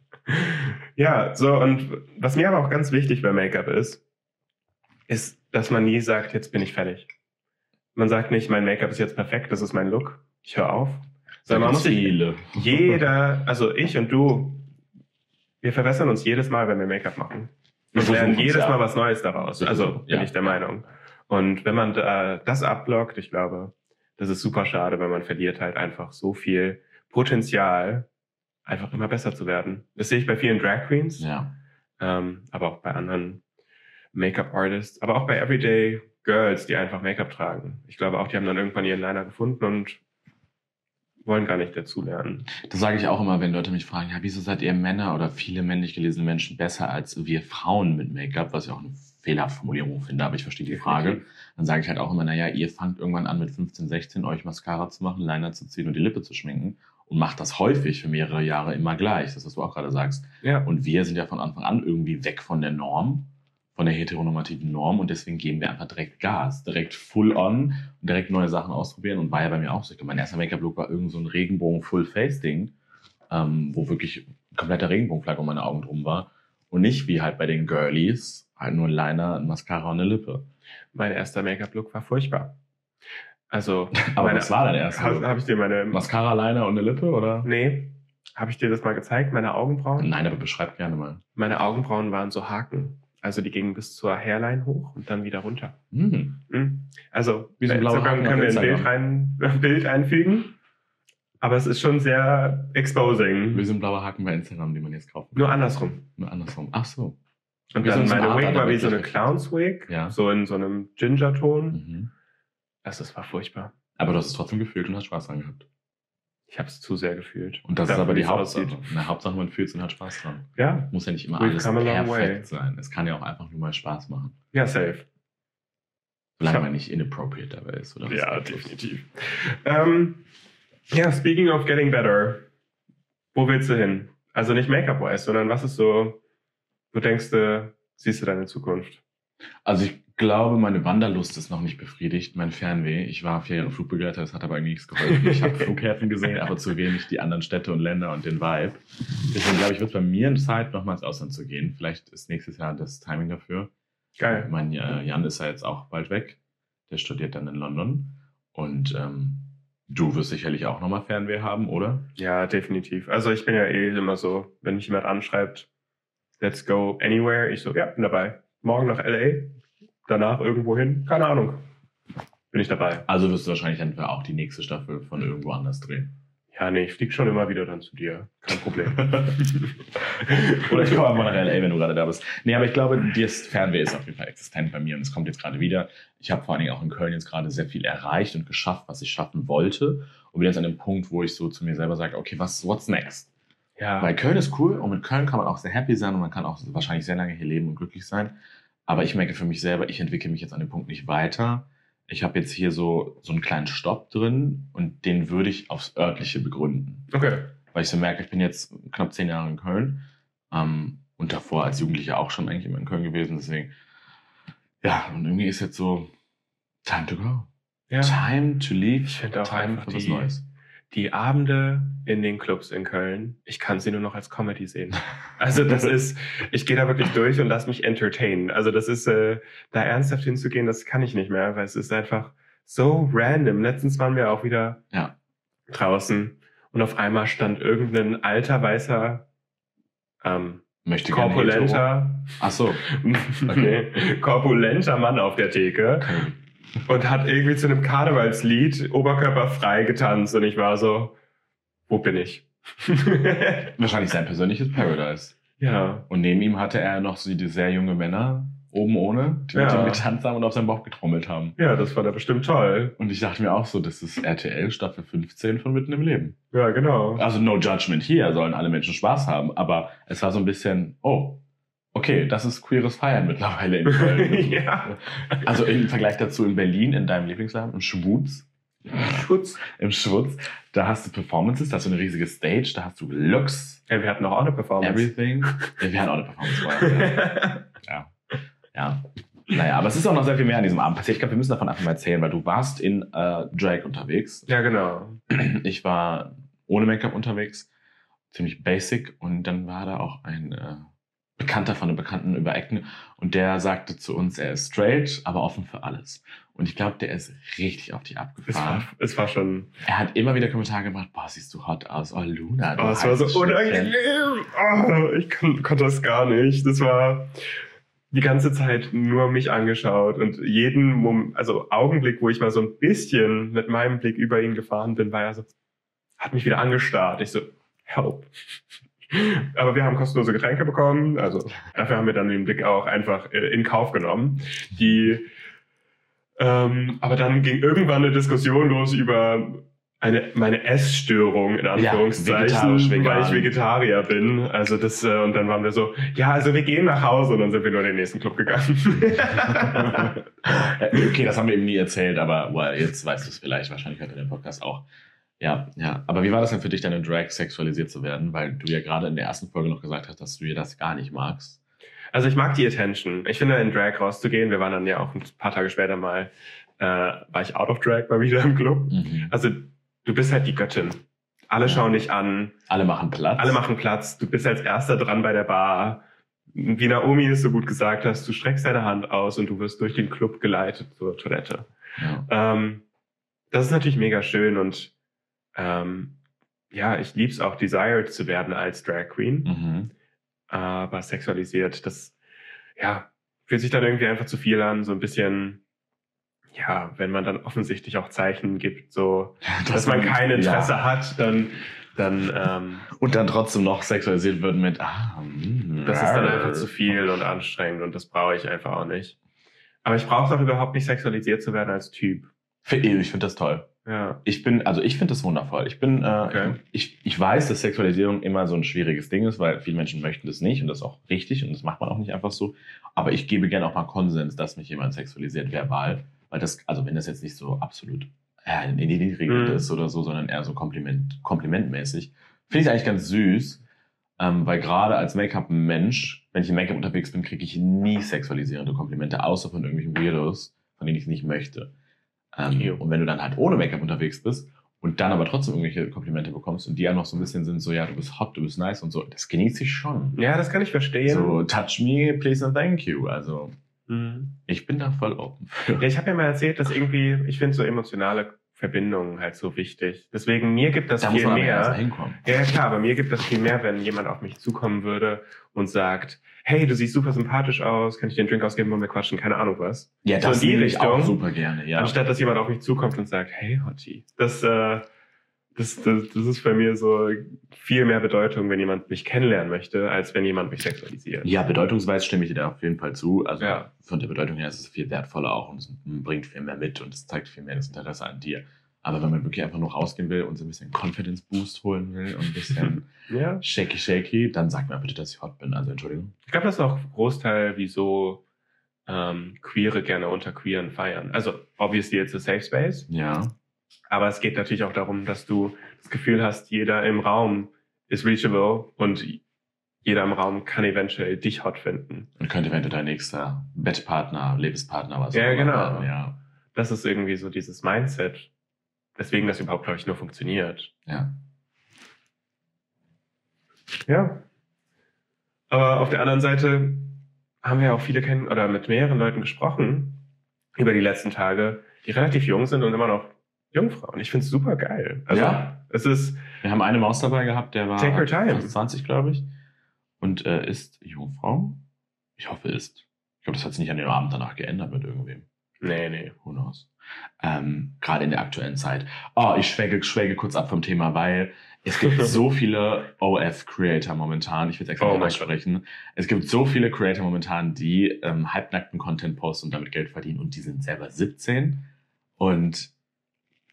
Speaker 2: [laughs] ja, so und was mir aber auch ganz wichtig bei Make-up ist, ist, dass man nie sagt, jetzt bin ich fertig. Man sagt nicht, mein Make-up ist jetzt perfekt, das ist mein Look, ich höre auf. Sondern man muss sich
Speaker 1: viele.
Speaker 2: Jeder, also ich und du, wir verbessern uns jedes Mal, wenn wir Make-up machen.
Speaker 1: Wir
Speaker 2: Wir lernen
Speaker 1: versuchen uns,
Speaker 2: jedes
Speaker 1: ja.
Speaker 2: Mal was Neues daraus.
Speaker 1: Wir
Speaker 2: Also
Speaker 1: versuchen,
Speaker 2: bin
Speaker 1: ja.
Speaker 2: ich der Meinung. Und wenn man da, das abblockt, ich glaube, das ist super schade, weil man verliert halt einfach so viel Potenzial, einfach immer besser zu werden. Das sehe ich bei vielen Drag
Speaker 1: [laughs]
Speaker 2: Queens,
Speaker 1: Ja.
Speaker 2: ähm, aber auch bei anderen Make-up-Artists, aber auch bei Everyday Girls, die einfach Make-up tragen. Ich glaube auch, die haben dann irgendwann ihren Liner gefunden und wollen gar nicht dazulernen.
Speaker 1: Das sage ich auch immer, wenn Leute mich fragen, ja, wieso seid ihr Männer oder viele männlich gelesene Menschen besser als wir Frauen mit Make-up, was ich auch eine fehlerhafte Formulierung finde, aber ich verstehe
Speaker 2: [laughs]
Speaker 1: die [laughs] Frage. Dann sage ich halt auch immer, naja, ihr fangt irgendwann an mit 15, 16 euch Mascara zu machen, Liner zu ziehen und die Lippe zu schminken und macht das häufig für mehrere Jahre immer gleich, das was du auch gerade sagst.
Speaker 2: Ja,
Speaker 1: Und wir sind ja von Anfang an irgendwie weg von der Norm von der heteronormativen Norm und deswegen geben wir einfach direkt Gas, direkt full on und direkt neue Sachen ausprobieren. Und war ja bei mir auch so. Ich glaub, Mein erster Make-up-Look war irgend so ein Regenbogen-Full-Face-Ding, ähm, wo wirklich kompletter Regenbogenflagge um meine Augen drum war. Und nicht wie halt bei den Girlies, halt nur ein Liner, ein Mascara und eine Lippe.
Speaker 2: Mein erster Make-up-Look war furchtbar.
Speaker 1: [laughs]
Speaker 2: Also,
Speaker 1: Aber
Speaker 2: meine-
Speaker 1: was war dein erster
Speaker 2: Habe
Speaker 1: Look?
Speaker 2: hab ich dir meine.
Speaker 1: Mascara, Liner und eine Lippe, oder?
Speaker 2: Nee. Habe ich dir das mal gezeigt? Meine Augenbrauen?
Speaker 1: Nein, aber beschreib gerne mal.
Speaker 2: Meine Augenbrauen waren so Haken. Also die gingen bis zur Hairline hoch und dann wieder runter.
Speaker 1: Hm.
Speaker 2: Mhm. Also
Speaker 1: Wie so
Speaker 2: bei
Speaker 1: blaue
Speaker 2: Instagram
Speaker 1: Haken
Speaker 2: können wir
Speaker 1: auf
Speaker 2: ein Bild, rein, [laughs] ein Bild einfügen. Aber es ist schon sehr
Speaker 1: Wir
Speaker 2: exposing.
Speaker 1: sind blaue Haken bei Instagram, die man jetzt kaufen
Speaker 2: Nur andersrum.
Speaker 1: kann. Andersrum. Ach so.
Speaker 2: Und
Speaker 1: Wie so
Speaker 2: dann
Speaker 1: ein
Speaker 2: meine
Speaker 1: Smarter,
Speaker 2: Wig war wie
Speaker 1: damit
Speaker 2: so eine
Speaker 1: ich-
Speaker 2: Clowns-Wig.
Speaker 1: Ja.
Speaker 2: So in so einem Ginger-Ton.
Speaker 1: Mhm.
Speaker 2: Also es war furchtbar.
Speaker 1: Aber du hast es trotzdem gefühlt und hast Spaß dran gehabt.
Speaker 2: Ich habe es zu sehr gefühlt.
Speaker 1: Und das
Speaker 2: Dafür,
Speaker 1: ist aber
Speaker 2: wie
Speaker 1: die
Speaker 2: es
Speaker 1: Hauptsache.
Speaker 2: aussieht.
Speaker 1: Na, Hauptsache, man fühlt es und hat Spaß dran.
Speaker 2: Ja,
Speaker 1: Muss ja nicht immer
Speaker 2: We've
Speaker 1: alles
Speaker 2: come a long way.
Speaker 1: perfekt sein. Es kann ja auch einfach nur mal Spaß machen.
Speaker 2: ja, safe.
Speaker 1: Solange
Speaker 2: Ja.
Speaker 1: man nicht inappropriate dabei ist. Oder respektlos.
Speaker 2: Ähm, ja, speaking of getting better, wo willst du hin? Also nicht Make-up-wise, sondern was ist so, du denkst, äh, siehst du deine Zukunft?
Speaker 1: Also ich glaube, meine Wanderlust ist noch nicht befriedigt, mein Fernweh. Ich war vier Jahre Flugbegleiter, das hat aber irgendwie nichts geholfen. Ich habe Flughäfen gesehen, aber zu wenig die anderen Städte und Länder und den Vibe. Deswegen glaube ich, wird bei mir Zeit, nochmal ins Ausland zu gehen. Vielleicht ist nächstes Jahr das Timing dafür.
Speaker 2: Geil.
Speaker 1: Mein äh, Jan ist ja jetzt auch bald weg. Der studiert dann in London. Und ähm, du wirst sicherlich auch nochmal Fernweh haben, oder?
Speaker 2: Ja, definitiv. Also ich bin ja eh immer so, wenn mich jemand anschreibt, let's go anywhere, ich so, ja, bin dabei. Morgen nach L.A., danach irgendwo hin, keine Ahnung, bin ich dabei.
Speaker 1: Also wirst du wahrscheinlich dann auch die nächste Staffel von irgendwo anders drehen.
Speaker 2: Ja, nee, ich flieg schon immer wieder dann zu dir, kein Problem.
Speaker 1: [laughs] Oder ich komme einfach nach LA, wenn du gerade da bist. Nee, aber ich glaube, das Fernweh ist auf jeden Fall existent bei mir und es kommt jetzt gerade wieder. Ich habe vor allen Dingen auch in Köln jetzt gerade sehr viel erreicht und geschafft, was ich schaffen wollte. Und bin jetzt an dem Punkt, wo ich so zu mir selber sage, okay, was, what's next?
Speaker 2: Ja,
Speaker 1: Weil Köln ist cool und mit Köln kann man auch sehr happy sein und man kann auch wahrscheinlich sehr lange hier leben und glücklich sein. Aber ich merke für mich selber, ich entwickle mich jetzt an dem Punkt nicht weiter. Ich habe jetzt hier so, so einen kleinen Stopp drin und den würde ich aufs Örtliche begründen.
Speaker 2: okay.
Speaker 1: Weil ich so merke, ich bin jetzt knapp zehn Jahre in Köln ähm, und davor als Jugendlicher auch schon eigentlich immer in Köln gewesen. Deswegen, ja, und irgendwie ist jetzt so, time to go.
Speaker 2: Ja.
Speaker 1: Time to leave.
Speaker 2: Ich find auch
Speaker 1: time
Speaker 2: einfach
Speaker 1: for was
Speaker 2: die-
Speaker 1: Neues.
Speaker 2: die Abende in den Clubs in Köln, ich kann sie nur noch als Comedy sehen. Also das ist, ich gehe da wirklich durch und lass mich entertainen. Also das ist, äh, da ernsthaft hinzugehen, das kann ich nicht mehr, weil es ist einfach so random. Letztens waren wir auch wieder
Speaker 1: Ja.
Speaker 2: draußen und auf einmal stand irgendein alter, weißer, ähm,
Speaker 1: Möchte gerne hetero-
Speaker 2: korpulenter,
Speaker 1: Ach so.
Speaker 2: [laughs] nee, korpulenter Mann auf der Theke
Speaker 1: Köln.
Speaker 2: und hat irgendwie zu einem Karnevalslied oberkörperfrei getanzt und ich war so, wo bin ich? [laughs]
Speaker 1: Wahrscheinlich sein persönliches Paradise.
Speaker 2: ja,
Speaker 1: Und neben ihm hatte er noch so die sehr junge Männer, oben ohne, die mit
Speaker 2: Ja.
Speaker 1: ihm getanzt haben und auf seinen Bauch getrommelt haben.
Speaker 2: ja, das war da bestimmt toll.
Speaker 1: Und ich dachte mir auch so, das ist RTL Staffel 15 von Mitten im Leben.
Speaker 2: Ja, genau.
Speaker 1: Also no judgment hier, sollen alle Menschen Spaß haben. Aber es war so ein bisschen, oh, okay, das ist queeres Feiern mittlerweile in
Speaker 2: [laughs]
Speaker 1: Köln.
Speaker 2: ja.
Speaker 1: Also im Vergleich dazu in Berlin, in deinem Lieblingsladen, im Schwutz,
Speaker 2: Schutz.
Speaker 1: im Schwutz, da hast du Performances, da hast du eine riesige Stage, da hast du Looks,
Speaker 2: Ja, wir hatten auch eine Performance.
Speaker 1: everything. Ja, wir hatten auch eine Performance
Speaker 2: [laughs]
Speaker 1: vorher. Ja. Ja. Ja. Naja, aber es ist auch noch sehr viel mehr an diesem Abend passiert. Ich glaube, wir müssen davon einfach mal erzählen, weil du warst in äh, Drag unterwegs.
Speaker 2: ja, genau.
Speaker 1: Ich war ohne Make-up unterwegs, ziemlich basic. Und dann war da auch ein äh, Bekannter von einem Bekannten über Ecken. Und der sagte zu uns, er ist straight, aber offen für alles. Und ich glaube, der ist richtig auf dich
Speaker 2: Es
Speaker 1: abgefahren.
Speaker 2: war, es war schon,
Speaker 1: Er hat immer wieder Kommentare gemacht, boah, siehst du hot aus. Oh, Luna. du
Speaker 2: oh, es war
Speaker 1: heißes
Speaker 2: so
Speaker 1: Schnittchen."
Speaker 2: unangenehm. Oh, ich kon konnte das gar nicht. Das war die ganze Zeit nur mich angeschaut und jeden Moment, also Augenblick, wo ich mal so ein bisschen mit meinem Blick über ihn gefahren bin, war er so, hat mich wieder angestarrt. Ich so, help. Aber wir haben kostenlose Getränke bekommen, also dafür haben wir dann den Blick auch einfach äh, in Kauf genommen. Die, ähm, aber dann ging irgendwann eine Diskussion los über eine, meine Essstörung in Anführungszeichen,
Speaker 1: vegetarisch, vegan.
Speaker 2: weil ich Vegetarier bin. Also das äh, und dann waren wir so, ja, also wir gehen nach Hause und dann sind wir nur in den nächsten Club gegangen.
Speaker 1: [laughs]
Speaker 2: [laughs]
Speaker 1: Äh, okay, das haben wir eben nie erzählt, aber well, jetzt weißt du es vielleicht. Wahrscheinlich hört er den Podcast auch. Ja, ja. Aber wie war das denn für dich, dann in Drag sexualisiert zu werden? Weil du ja gerade in der ersten Folge noch gesagt hast, dass du ja das gar nicht magst.
Speaker 2: Also ich mag die Attention. Ich finde, in Drag rauszugehen, wir waren dann ja auch ein paar Tage später mal, äh, war ich out of Drag mal wieder im Club.
Speaker 1: Mhm.
Speaker 2: Also du bist halt die Göttin. Alle
Speaker 1: Ja.
Speaker 2: schauen dich an,
Speaker 1: Alle machen Platz.
Speaker 2: Also, alle machen Platz, du bist als erster dran bei der Bar. Wie Naomi es so gut gesagt hast, du streckst deine Hand aus und du wirst durch den Club geleitet zur Toilette.
Speaker 1: Ja.
Speaker 2: Ähm, das ist natürlich mega schön und ähm, ja, ich lieb's auch, desired zu werden als Drag Queen
Speaker 1: Mhm.
Speaker 2: aber sexualisiert. Das, ja, fühlt sich dann irgendwie einfach zu viel an, so ein bisschen, ja, wenn man dann offensichtlich auch Zeichen gibt, so, dass, man kein Interesse hat, dann, dann, ähm,
Speaker 1: Und dann trotzdem noch sexualisiert wird mit. Ah, mm,
Speaker 2: das ist dann
Speaker 1: rar.
Speaker 2: einfach zu viel und anstrengend und das brauche ich einfach auch nicht. Aber ich brauche es auch überhaupt nicht sexualisiert zu werden als Typ.
Speaker 1: Für- Ich finde das toll.
Speaker 2: Ja.
Speaker 1: Ich bin, also ich finde das wundervoll. Ich bin, äh,
Speaker 2: Okay.
Speaker 1: ich, ich weiß, dass Sexualisierung immer so ein schwieriges Ding ist, weil viele Menschen möchten das nicht und das ist auch richtig und das macht man auch nicht einfach so. Aber ich gebe gerne auch mal Konsens, dass mich jemand sexualisiert, verbal, weil das, also wenn das jetzt nicht so absolut äh, in die Niedrigkeit
Speaker 2: Mhm.
Speaker 1: ist oder so, sondern eher so Kompliment, komplimentmäßig, finde ich eigentlich ganz süß, ähm, weil gerade als Make-up-Mensch, wenn ich im Make-up unterwegs bin, kriege ich nie sexualisierende Komplimente, außer von irgendwelchen Weirdos, von denen ich es nicht möchte.
Speaker 2: Jo.
Speaker 1: Ähm, und wenn du dann halt ohne Make-up unterwegs bist und dann aber trotzdem irgendwelche Komplimente bekommst und die ja noch so ein bisschen sind, so ja, du bist hot, du bist nice und so, das genieße ich schon.
Speaker 2: Ja, das kann ich verstehen.
Speaker 1: So, touch me, please and thank you. Also,
Speaker 2: Mhm.
Speaker 1: ich bin da voll offen für.
Speaker 2: Ja, ich habe ja mal erzählt, dass irgendwie, ich finde so emotionale Verbindungen halt so wichtig. Deswegen, mir gibt das
Speaker 1: da muss
Speaker 2: viel
Speaker 1: man aber
Speaker 2: mehr.
Speaker 1: erst mal hinkommen.
Speaker 2: Ja, ja, klar, bei mir gibt das viel mehr, wenn jemand auf mich zukommen würde und sagt, hey, du siehst super sympathisch aus, kann ich dir einen Drink ausgeben, wollen wir quatschen, keine Ahnung was.
Speaker 1: Ja,
Speaker 2: So
Speaker 1: das
Speaker 2: in die
Speaker 1: nehme ich auch
Speaker 2: Richtung.
Speaker 1: super gerne, ja.
Speaker 2: Anstatt, dass jemand auf mich zukommt und sagt, hey, Hottie. Das, äh, das, das, das ist bei mir so viel mehr Bedeutung, wenn jemand mich kennenlernen möchte, als wenn jemand mich sexualisiert.
Speaker 1: Ja, bedeutungsweise stimme ich dir da auf jeden Fall zu. Also
Speaker 2: Ja.
Speaker 1: von der Bedeutung her ist es viel wertvoller auch und es bringt viel mehr mit und es zeigt viel mehr das Interesse an dir. Aber wenn man wirklich einfach nur rausgehen will und so ein bisschen Confidence Boost holen will und ein
Speaker 2: [laughs]
Speaker 1: bisschen
Speaker 2: Ja.
Speaker 1: shaky shaky, dann sag mir bitte, dass ich hot bin. Also Entschuldigung.
Speaker 2: Ich glaube, das ist auch ein Großteil, wieso ähm, Queere gerne unter Queeren feiern. Also, obviously, it's a safe space.
Speaker 1: Ja.
Speaker 2: Aber es geht natürlich auch darum, dass du das Gefühl hast, jeder im Raum ist reachable und jeder im Raum kann eventuell dich hot finden.
Speaker 1: Und könnte eventuell dein nächster Bettpartner, Lebenspartner was
Speaker 2: Ja,
Speaker 1: auch immer
Speaker 2: genau.
Speaker 1: werden, Ja,
Speaker 2: Das ist irgendwie so dieses Mindset, weswegen das überhaupt, glaube ich, nur funktioniert.
Speaker 1: ja.
Speaker 2: Ja. Aber auf der anderen Seite haben wir auch viele kennen oder mit mehreren Leuten gesprochen über die letzten Tage, die relativ jung sind und immer noch Jungfrauen. Ich finde es super geil. Also
Speaker 1: Ja.
Speaker 2: es ist,
Speaker 1: Wir haben eine Maus dabei gehabt, der war
Speaker 2: Take your time.
Speaker 1: fast 20, glaube ich. Und äh, ist Jungfrau. Ich hoffe, ist. Ich glaube, das hat sich nicht an dem Abend danach geändert mit irgendwem.
Speaker 2: nee, nee.
Speaker 1: Who knows? Ähm, Gerade in der aktuellen Zeit. Oh, ich schwäge, schwäge kurz ab vom Thema, weil es
Speaker 2: [laughs]
Speaker 1: gibt so viele OF-Creator momentan. Ich will es extra
Speaker 2: Oh
Speaker 1: nicht
Speaker 2: mein
Speaker 1: aussprechen. Es gibt so viele Creator momentan, die ähm, halbnackten Content posten und damit Geld verdienen. Und die sind selber 17 und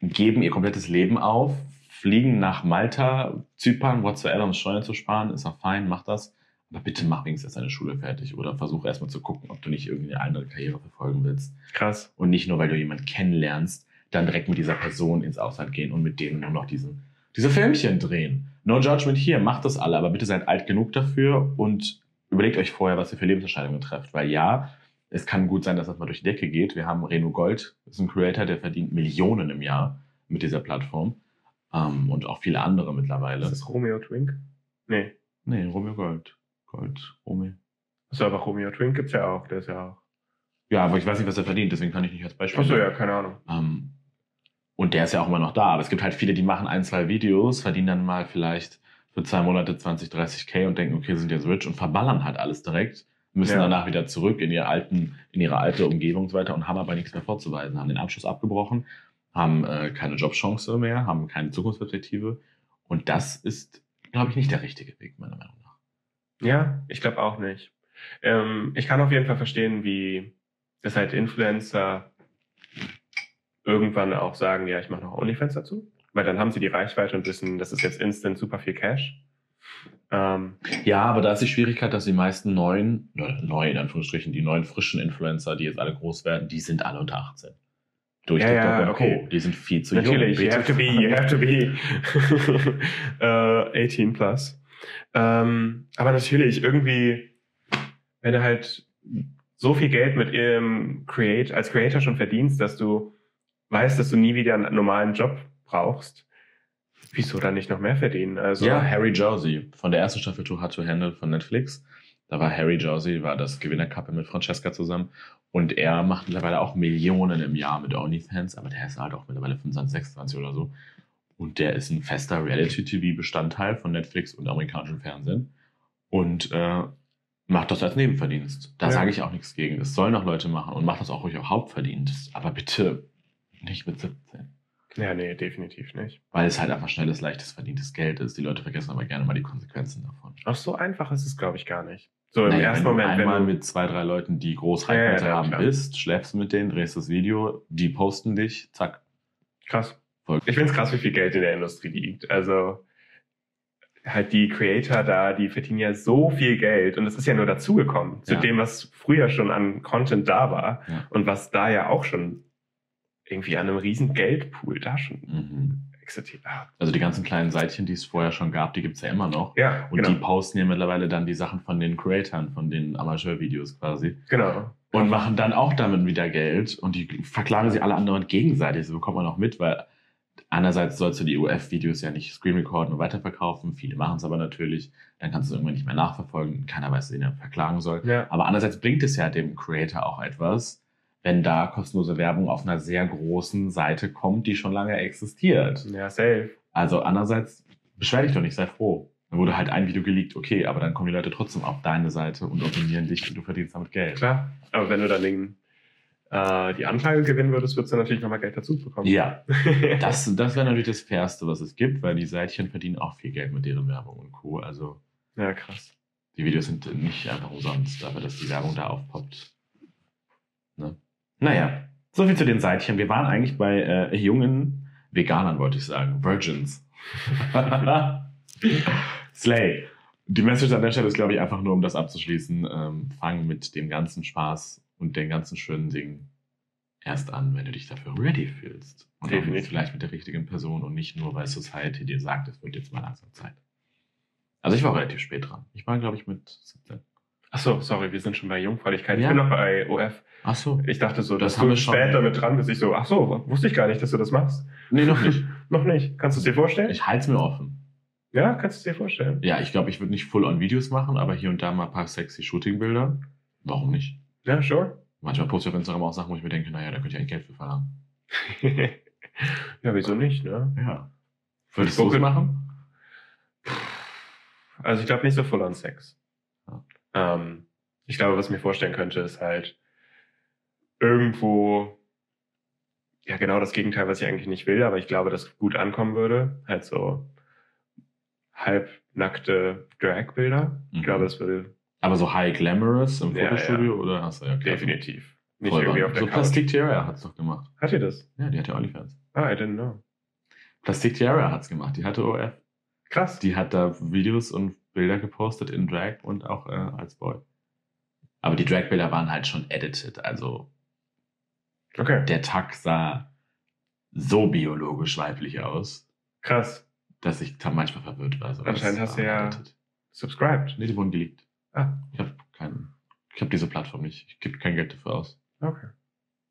Speaker 1: geben ihr komplettes Leben auf, fliegen nach Malta, Zypern, whatsoever, um Steuern zu sparen. Ist auch fein, mach das. Aber bitte mach wenigstens erst deine Schule fertig oder versuch erstmal zu gucken, ob du nicht irgendwie eine andere Karriere verfolgen willst
Speaker 2: Krass.
Speaker 1: und nicht nur, weil du jemanden kennenlernst, dann direkt mit dieser Person ins Ausland gehen und mit denen nur noch diesen, diese Filmchen drehen. No judgment hier, macht das alle, aber bitte seid alt genug dafür und überlegt euch vorher, was ihr für Lebensentscheidungen trefft, weil ja, es kann gut sein, dass das mal durch die Decke geht. Wir haben Reno Gold, ist ein Creator, der verdient Millionen im Jahr mit dieser Plattform ähm, und auch viele andere
Speaker 2: Ist
Speaker 1: mittlerweile.
Speaker 2: das Romeo Twink? Nee.
Speaker 1: Nee, Romeo Gold. Gold, Romeo.
Speaker 2: So, aber Romeo Twink gibt's ja auch, der ist ja auch.
Speaker 1: Ja, aber ich weiß nicht, was er verdient, deswegen kann ich nicht als Beispiel.
Speaker 2: Achso, ja, keine Ahnung.
Speaker 1: Ähm, und der ist ja auch immer noch da. Aber es gibt halt viele, die machen ein, zwei Videos, verdienen dann mal vielleicht für zwei Monate 20, 30k und denken, okay, sind jetzt rich und verballern halt alles direkt, müssen
Speaker 2: Ja.
Speaker 1: danach wieder zurück in, ihr alten, in ihre alte Umgebung und so weiter und haben aber nichts mehr vorzuweisen, haben den Abschluss abgebrochen, haben äh, keine Jobchance mehr, haben keine Zukunftsperspektive. Und das ist, glaube ich, nicht der richtige Weg, meiner Meinung nach.
Speaker 2: Ja, ich glaube auch nicht. Ähm, ich kann auf jeden Fall verstehen, wie das halt Influencer irgendwann auch sagen, ja, ich mache noch OnlyFans dazu, weil dann haben sie die Reichweite und wissen, das ist jetzt instant super viel Cash. Ähm,
Speaker 1: Ja, aber da ist die Schwierigkeit, dass die meisten neuen, ne, neu in Anführungsstrichen, die neuen frischen Influencer, die jetzt alle groß werden, die sind alle unter 18. Durch
Speaker 2: Ja,
Speaker 1: TikTok
Speaker 2: ja,
Speaker 1: und
Speaker 2: okay.
Speaker 1: Co. Die sind viel zu
Speaker 2: natürlich,
Speaker 1: jung.
Speaker 2: you have to be, you have to be
Speaker 1: [laughs]
Speaker 2: äh, 18 plus. Ähm, aber natürlich, irgendwie wenn du halt so viel Geld mit ihrem Create, als Creator schon verdienst, dass du weißt, dass du nie wieder einen normalen Job brauchst, wieso dann nicht noch mehr verdienen? Also,
Speaker 1: ja, Harry Jersey von der ersten Staffel Too Hard to Handle von Netflix. Da war Harry Jersey, war das Gewinnerkappe mit Francesca zusammen. Und er macht mittlerweile auch Millionen im Jahr mit OnlyFans, aber der ist halt auch mittlerweile 25, 26 oder so. Und der ist ein fester Reality-TV-Bestandteil von Netflix und amerikanischem Fernsehen. Und äh, macht das als Nebenverdienst. Da
Speaker 2: Ja.
Speaker 1: sage ich auch nichts gegen. Das sollen auch Leute machen und macht das auch ruhig auch Hauptverdienst. Aber bitte nicht mit 17.
Speaker 2: ja, nee, definitiv nicht.
Speaker 1: Weil es halt einfach schnelles, leichtes, verdientes Geld ist. Die Leute vergessen aber gerne mal die Konsequenzen davon.
Speaker 2: Auch so einfach ist es, glaube ich, gar nicht. So im
Speaker 1: Naja,
Speaker 2: ersten
Speaker 1: wenn
Speaker 2: Moment,
Speaker 1: du einmal
Speaker 2: wenn du,
Speaker 1: mit zwei, drei Leuten, die groß
Speaker 2: Ja, ja,
Speaker 1: Reichweite
Speaker 2: ja,
Speaker 1: haben,
Speaker 2: klar.
Speaker 1: bist, schläfst mit denen, drehst das Video, die posten dich, zack,
Speaker 2: krass.
Speaker 1: folgt.
Speaker 2: Ich finde es krass, wie viel Geld in der Industrie liegt. Also halt die Creator da, die verdienen ja so viel Geld und es ist ja nur dazugekommen zu
Speaker 1: Ja.
Speaker 2: dem, was früher schon an Content da war
Speaker 1: Ja.
Speaker 2: und was da ja auch schon irgendwie an einem riesen Geldpool da schon
Speaker 1: Mhm.
Speaker 2: existiert. Ah,
Speaker 1: Also die ganzen kleinen Seitchen, die es vorher schon gab, die gibt es ja immer noch.
Speaker 2: Ja,
Speaker 1: Und die
Speaker 2: genau.
Speaker 1: posten ja mittlerweile dann die Sachen von den Creatoren, von den Amateurvideos quasi.
Speaker 2: genau.
Speaker 1: und machen dann auch damit wieder Geld und die verklagen sie alle anderen gegenseitig. Das bekommt man auch mit, weil einerseits sollst du die UF-Videos ja nicht screen recorden und weiterverkaufen. Viele machen es aber natürlich. Dann kannst du es irgendwann nicht mehr nachverfolgen. Keiner weiß, wen er verklagen soll.
Speaker 2: Ja.
Speaker 1: Aber andererseits bringt es ja dem Creator auch etwas, wenn da kostenlose Werbung auf einer sehr großen Seite kommt, die schon lange existiert.
Speaker 2: ja, safe.
Speaker 1: Also andererseits, beschwer dich doch nicht, sei froh. Dann wurde halt ein Video geleakt, okay, aber dann kommen die Leute trotzdem auf deine Seite und opinieren dich und du verdienst damit Geld.
Speaker 2: Klar. Aber wenn du dann den, äh, die Anklage gewinnen würdest, würdest du natürlich nochmal Geld dazu bekommen.
Speaker 1: Ja, Das, das wäre natürlich das Fairste, was es gibt, weil die Seitchen verdienen auch viel Geld mit deren Werbung und Co. Also
Speaker 2: [laughs] ja, krass.
Speaker 1: die Videos sind nicht einfach umsonst, aber dass die Werbung da aufpoppt. Ne? Naja, soviel zu den Seitchen. Wir waren eigentlich bei äh, jungen Veganern, wollte ich sagen.
Speaker 2: [laughs]
Speaker 1: Virgins. Slay. Die Message an der Stelle ist, glaube ich, einfach nur, um das abzuschließen, ähm, fang mit dem ganzen Spaß und den ganzen schönen Dingen erst an, wenn du dich dafür ready fühlst. Und auch mit,
Speaker 2: Definitiv.
Speaker 1: vielleicht mit der richtigen Person und nicht nur, weil Society dir sagt, es wird jetzt mal langsam Zeit. Also ich war relativ spät dran. Ich war, glaube ich, mit 17.
Speaker 2: Achso, sorry, wir sind schon bei Jungfräulichkeit.
Speaker 1: Ja.
Speaker 2: Ich bin noch bei OF.
Speaker 1: Ach so.
Speaker 2: Ich dachte so,
Speaker 1: Das
Speaker 2: das
Speaker 1: haben wir
Speaker 2: kommt
Speaker 1: schon.
Speaker 2: später mit dran, bis ich so, ach so, wusste ich gar nicht, dass du das machst.
Speaker 1: Nee, noch nicht.
Speaker 2: Noch nicht. Kannst du es dir vorstellen?
Speaker 1: Ich halte es mir offen.
Speaker 2: ja, kannst du es dir vorstellen.
Speaker 1: Ja, ich glaube, ich würde nicht Full-on-Videos machen, aber hier und da mal ein paar sexy Shooting-Bilder. Warum nicht?
Speaker 2: Ja,
Speaker 1: [laughs]
Speaker 2: sure.
Speaker 1: Manchmal poste ich auf Instagram auch Sachen, wo ich mir denke, naja, da könnte ich eigentlich Geld für verlangen.
Speaker 2: ja, wieso nicht, ne?
Speaker 1: Ja.
Speaker 2: Ich
Speaker 1: Würdest du
Speaker 2: gucke-
Speaker 1: es machen?
Speaker 2: Also ich glaube nicht so full on Sex.
Speaker 1: Ja.
Speaker 2: Ähm, ich glaube, was ich mir vorstellen könnte, ist halt irgendwo, ja genau das Gegenteil, was ich eigentlich nicht will, aber ich glaube, das gut ankommen würde. Halt so halbnackte Drag-Bilder.
Speaker 1: Mhm.
Speaker 2: Ich glaube, das würde
Speaker 1: Aber so high glamorous im
Speaker 2: Ja,
Speaker 1: Fotostudio oder hast du ja okay.
Speaker 2: definitiv nicht
Speaker 1: Voll
Speaker 2: irgendwie
Speaker 1: wahr.
Speaker 2: auf der
Speaker 1: So
Speaker 2: Couch.
Speaker 1: Plastik Tiara hat es doch gemacht.
Speaker 2: Hat ihr das?
Speaker 1: Ja, die hat ja OnlyFans.
Speaker 2: Ah, I didn't know.
Speaker 1: Plastik Tiara hat es gemacht. Die hatte OF.
Speaker 2: Krass.
Speaker 1: Die hat da Videos und Bilder gepostet in Drag und auch äh, als Boy. Aber die Drag-Bilder waren halt schon edited. Also
Speaker 2: Okay,
Speaker 1: der Tag sah so biologisch weiblich aus.
Speaker 2: krass.
Speaker 1: dass ich da manchmal verwirrt war. So,
Speaker 2: Anscheinend
Speaker 1: das
Speaker 2: hast du
Speaker 1: war
Speaker 2: ja-
Speaker 1: unedited.
Speaker 2: Subscribed.
Speaker 1: Nee, die wurden geleakt.
Speaker 2: Ah.
Speaker 1: Ich habe keinen. Ich habe diese Plattform nicht. Ich gebe kein Geld dafür aus.
Speaker 2: Okay.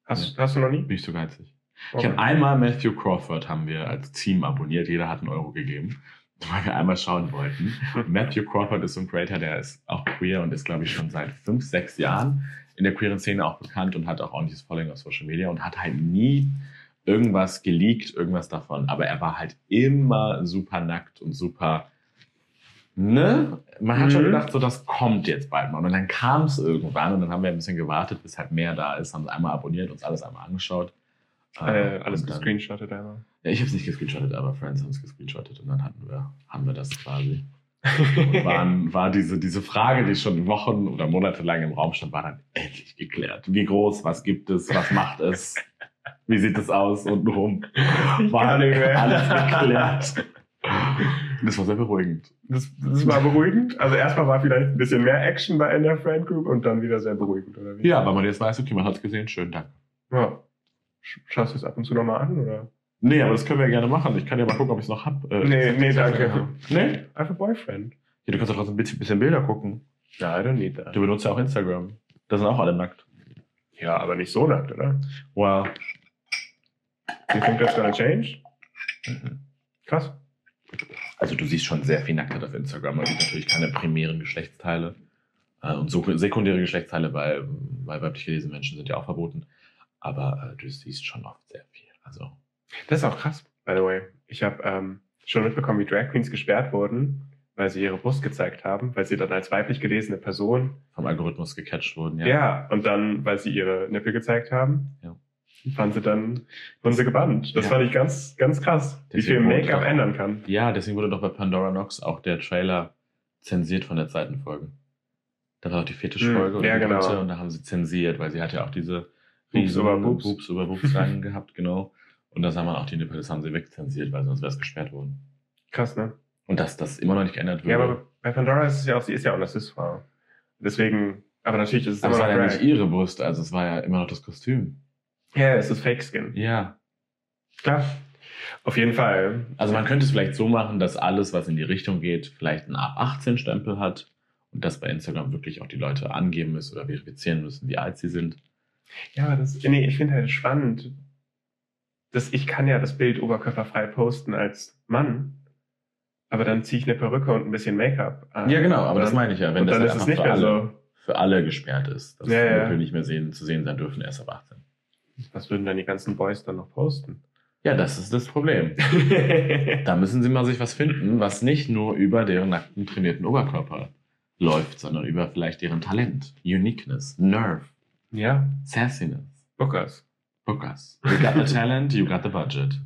Speaker 2: Hast, hast du noch nie?
Speaker 1: Bin ich so geizig. Ich
Speaker 2: Okay.
Speaker 1: habe einmal Matthew Crawford haben wir als Team abonniert. Jeder hat einen Euro gegeben, [laughs] weil wir einmal schauen wollten. Und Matthew Crawford ist so ein Creator, der ist auch queer und ist, glaube ich, schon seit fünf, sechs Jahren in der queeren Szene auch bekannt und hat auch ordentliches Following auf Social Media und hat halt nie irgendwas geleakt, irgendwas davon. Aber er war halt immer super nackt und super. Ne? Man hat schon
Speaker 2: Mhm.
Speaker 1: gedacht, so das kommt jetzt bald mal. Und dann kam es irgendwann und dann haben wir ein bisschen gewartet, bis halt mehr da ist, haben es einmal abonniert, uns alles einmal angeschaut.
Speaker 2: äh,
Speaker 1: Äh,
Speaker 2: alles
Speaker 1: und dann-
Speaker 2: gescreenshottet einmal.
Speaker 1: ja, ich habe es nicht gescreenshottet, aber Friends haben es gescreenshottet und dann hatten wir, haben wir das quasi. Und
Speaker 2: [laughs]
Speaker 1: waren, [laughs] war diese, diese Frage, die schon Wochen oder Monate lang im Raum stand, war dann endlich geklärt. Wie groß, was gibt es, was macht es, wie sieht es aus unten rum. War
Speaker 2: kann nicht mehr.
Speaker 1: [laughs] alles geklärt. Das war sehr beruhigend.
Speaker 2: Das, das war beruhigend. Also erstmal war vielleicht ein bisschen mehr Action bei in der Friend Group und dann wieder sehr beruhigend, oder wie?
Speaker 1: Ja, weil man jetzt weiß, okay, man hat es gesehen, schönen Dank.
Speaker 2: ja. Sch- Schaust du es ab und zu nochmal an, oder?
Speaker 1: Nee, aber das können wir ja gerne machen. Ich kann ja mal gucken, ob ich es noch hab. Äh,
Speaker 2: Nee, nee, danke.
Speaker 1: Nee?
Speaker 2: Einfach Boyfriend.
Speaker 1: Ja, du kannst doch trotzdem ein bisschen, bisschen Bilder gucken.
Speaker 2: No, I don't need that.
Speaker 1: Du benutzt ja auch Instagram. Da sind auch alle nackt.
Speaker 2: Ja, aber nicht so nackt, oder?
Speaker 1: Wow.
Speaker 2: You think that's gonna change?
Speaker 1: Mhm.
Speaker 2: Krass.
Speaker 1: Also du siehst schon sehr viel Nacktheit auf Instagram. Man sieht natürlich keine primären Geschlechtsteile äh, und so sekundäre Geschlechtsteile, weil, ähm, weil weiblich gelesene Menschen sind ja auch verboten. Aber äh, du siehst schon oft sehr viel. Also
Speaker 2: Das ist auch krass, by the way. Ich habe ähm, schon mitbekommen, wie Drag Queens gesperrt wurden, weil sie ihre Brust gezeigt haben, weil sie dann als weiblich gelesene Person,
Speaker 1: vom Algorithmus gecatcht wurden, ja.
Speaker 2: ja, und dann, weil sie ihre Nippel gezeigt haben,
Speaker 1: Ja.
Speaker 2: waren sie dann, wurden sie gebannt. Das
Speaker 1: Ja.
Speaker 2: fand ich ganz, ganz krass,
Speaker 1: Deswegen
Speaker 2: wie
Speaker 1: wurde
Speaker 2: viel Make-up
Speaker 1: doch-
Speaker 2: ändern kann.
Speaker 1: Ja, deswegen wurde doch bei Pandora Nox auch der Trailer zensiert von der zweiten Folge. Da war auch die Fetischfolge
Speaker 2: Hm,
Speaker 1: und
Speaker 2: ja,
Speaker 1: die
Speaker 2: genau.
Speaker 1: dritte und da haben sie zensiert, weil sie hat ja auch diese
Speaker 2: Boobs
Speaker 1: riesen
Speaker 2: über Boobs.
Speaker 1: Boobs über
Speaker 2: [laughs]
Speaker 1: Boobs rein gehabt, genau. Und das haben wir auch die Nippel, das haben sie wegzensiert, weil sonst wäre es gesperrt worden.
Speaker 2: Krass, ne?
Speaker 1: Und dass das immer noch nicht geändert wird.
Speaker 2: Ja, aber bei Pandora ist es ja auch, sie ist ja auch eine Cis-Frau. Deswegen, aber natürlich ist es
Speaker 1: Aber
Speaker 2: immer
Speaker 1: es
Speaker 2: noch
Speaker 1: war ja
Speaker 2: Drag.
Speaker 1: nicht ihre Brust, also es war ja immer noch das Kostüm.
Speaker 2: Ja, es ist Fake-Skin.
Speaker 1: Ja.
Speaker 2: Klar. Auf jeden Fall.
Speaker 1: Also man könnte es vielleicht so machen, dass alles, was in die Richtung geht, vielleicht einen Ab-18-Stempel hat und dass bei Instagram wirklich auch die Leute angeben müssen oder verifizieren müssen, wie alt sie sind.
Speaker 2: Ja, aber das, nee, ich finde halt spannend, dass ich kann ja das Bild oberkörperfrei posten als Mann, aber dann ziehe ich eine Perücke und ein bisschen Make-up an.
Speaker 1: Ja, genau, aber
Speaker 2: Und
Speaker 1: das meine ich ja.
Speaker 2: dann,
Speaker 1: Wenn
Speaker 2: Und
Speaker 1: das
Speaker 2: dann
Speaker 1: halt
Speaker 2: ist es
Speaker 1: einfach
Speaker 2: nicht
Speaker 1: für
Speaker 2: mehr
Speaker 1: alle,
Speaker 2: so.
Speaker 1: für alle gesperrt ist, dass
Speaker 2: Ja, ja.
Speaker 1: Nippel nicht mehr sehen, zu sehen sein dürfen, erst ab 18.
Speaker 2: Was würden dann die ganzen Boys dann
Speaker 1: [laughs]
Speaker 2: noch posten?
Speaker 1: Ja, das ist das [laughs] Problem. Da müssen sie mal sich was finden, was nicht nur über deren nackten, trainierten Oberkörper läuft, sondern über vielleicht deren Talent, Uniqueness, Nerve,
Speaker 2: ja,
Speaker 1: Sassiness.
Speaker 2: Bookers.
Speaker 1: Book us. You got the talent, you got the budget.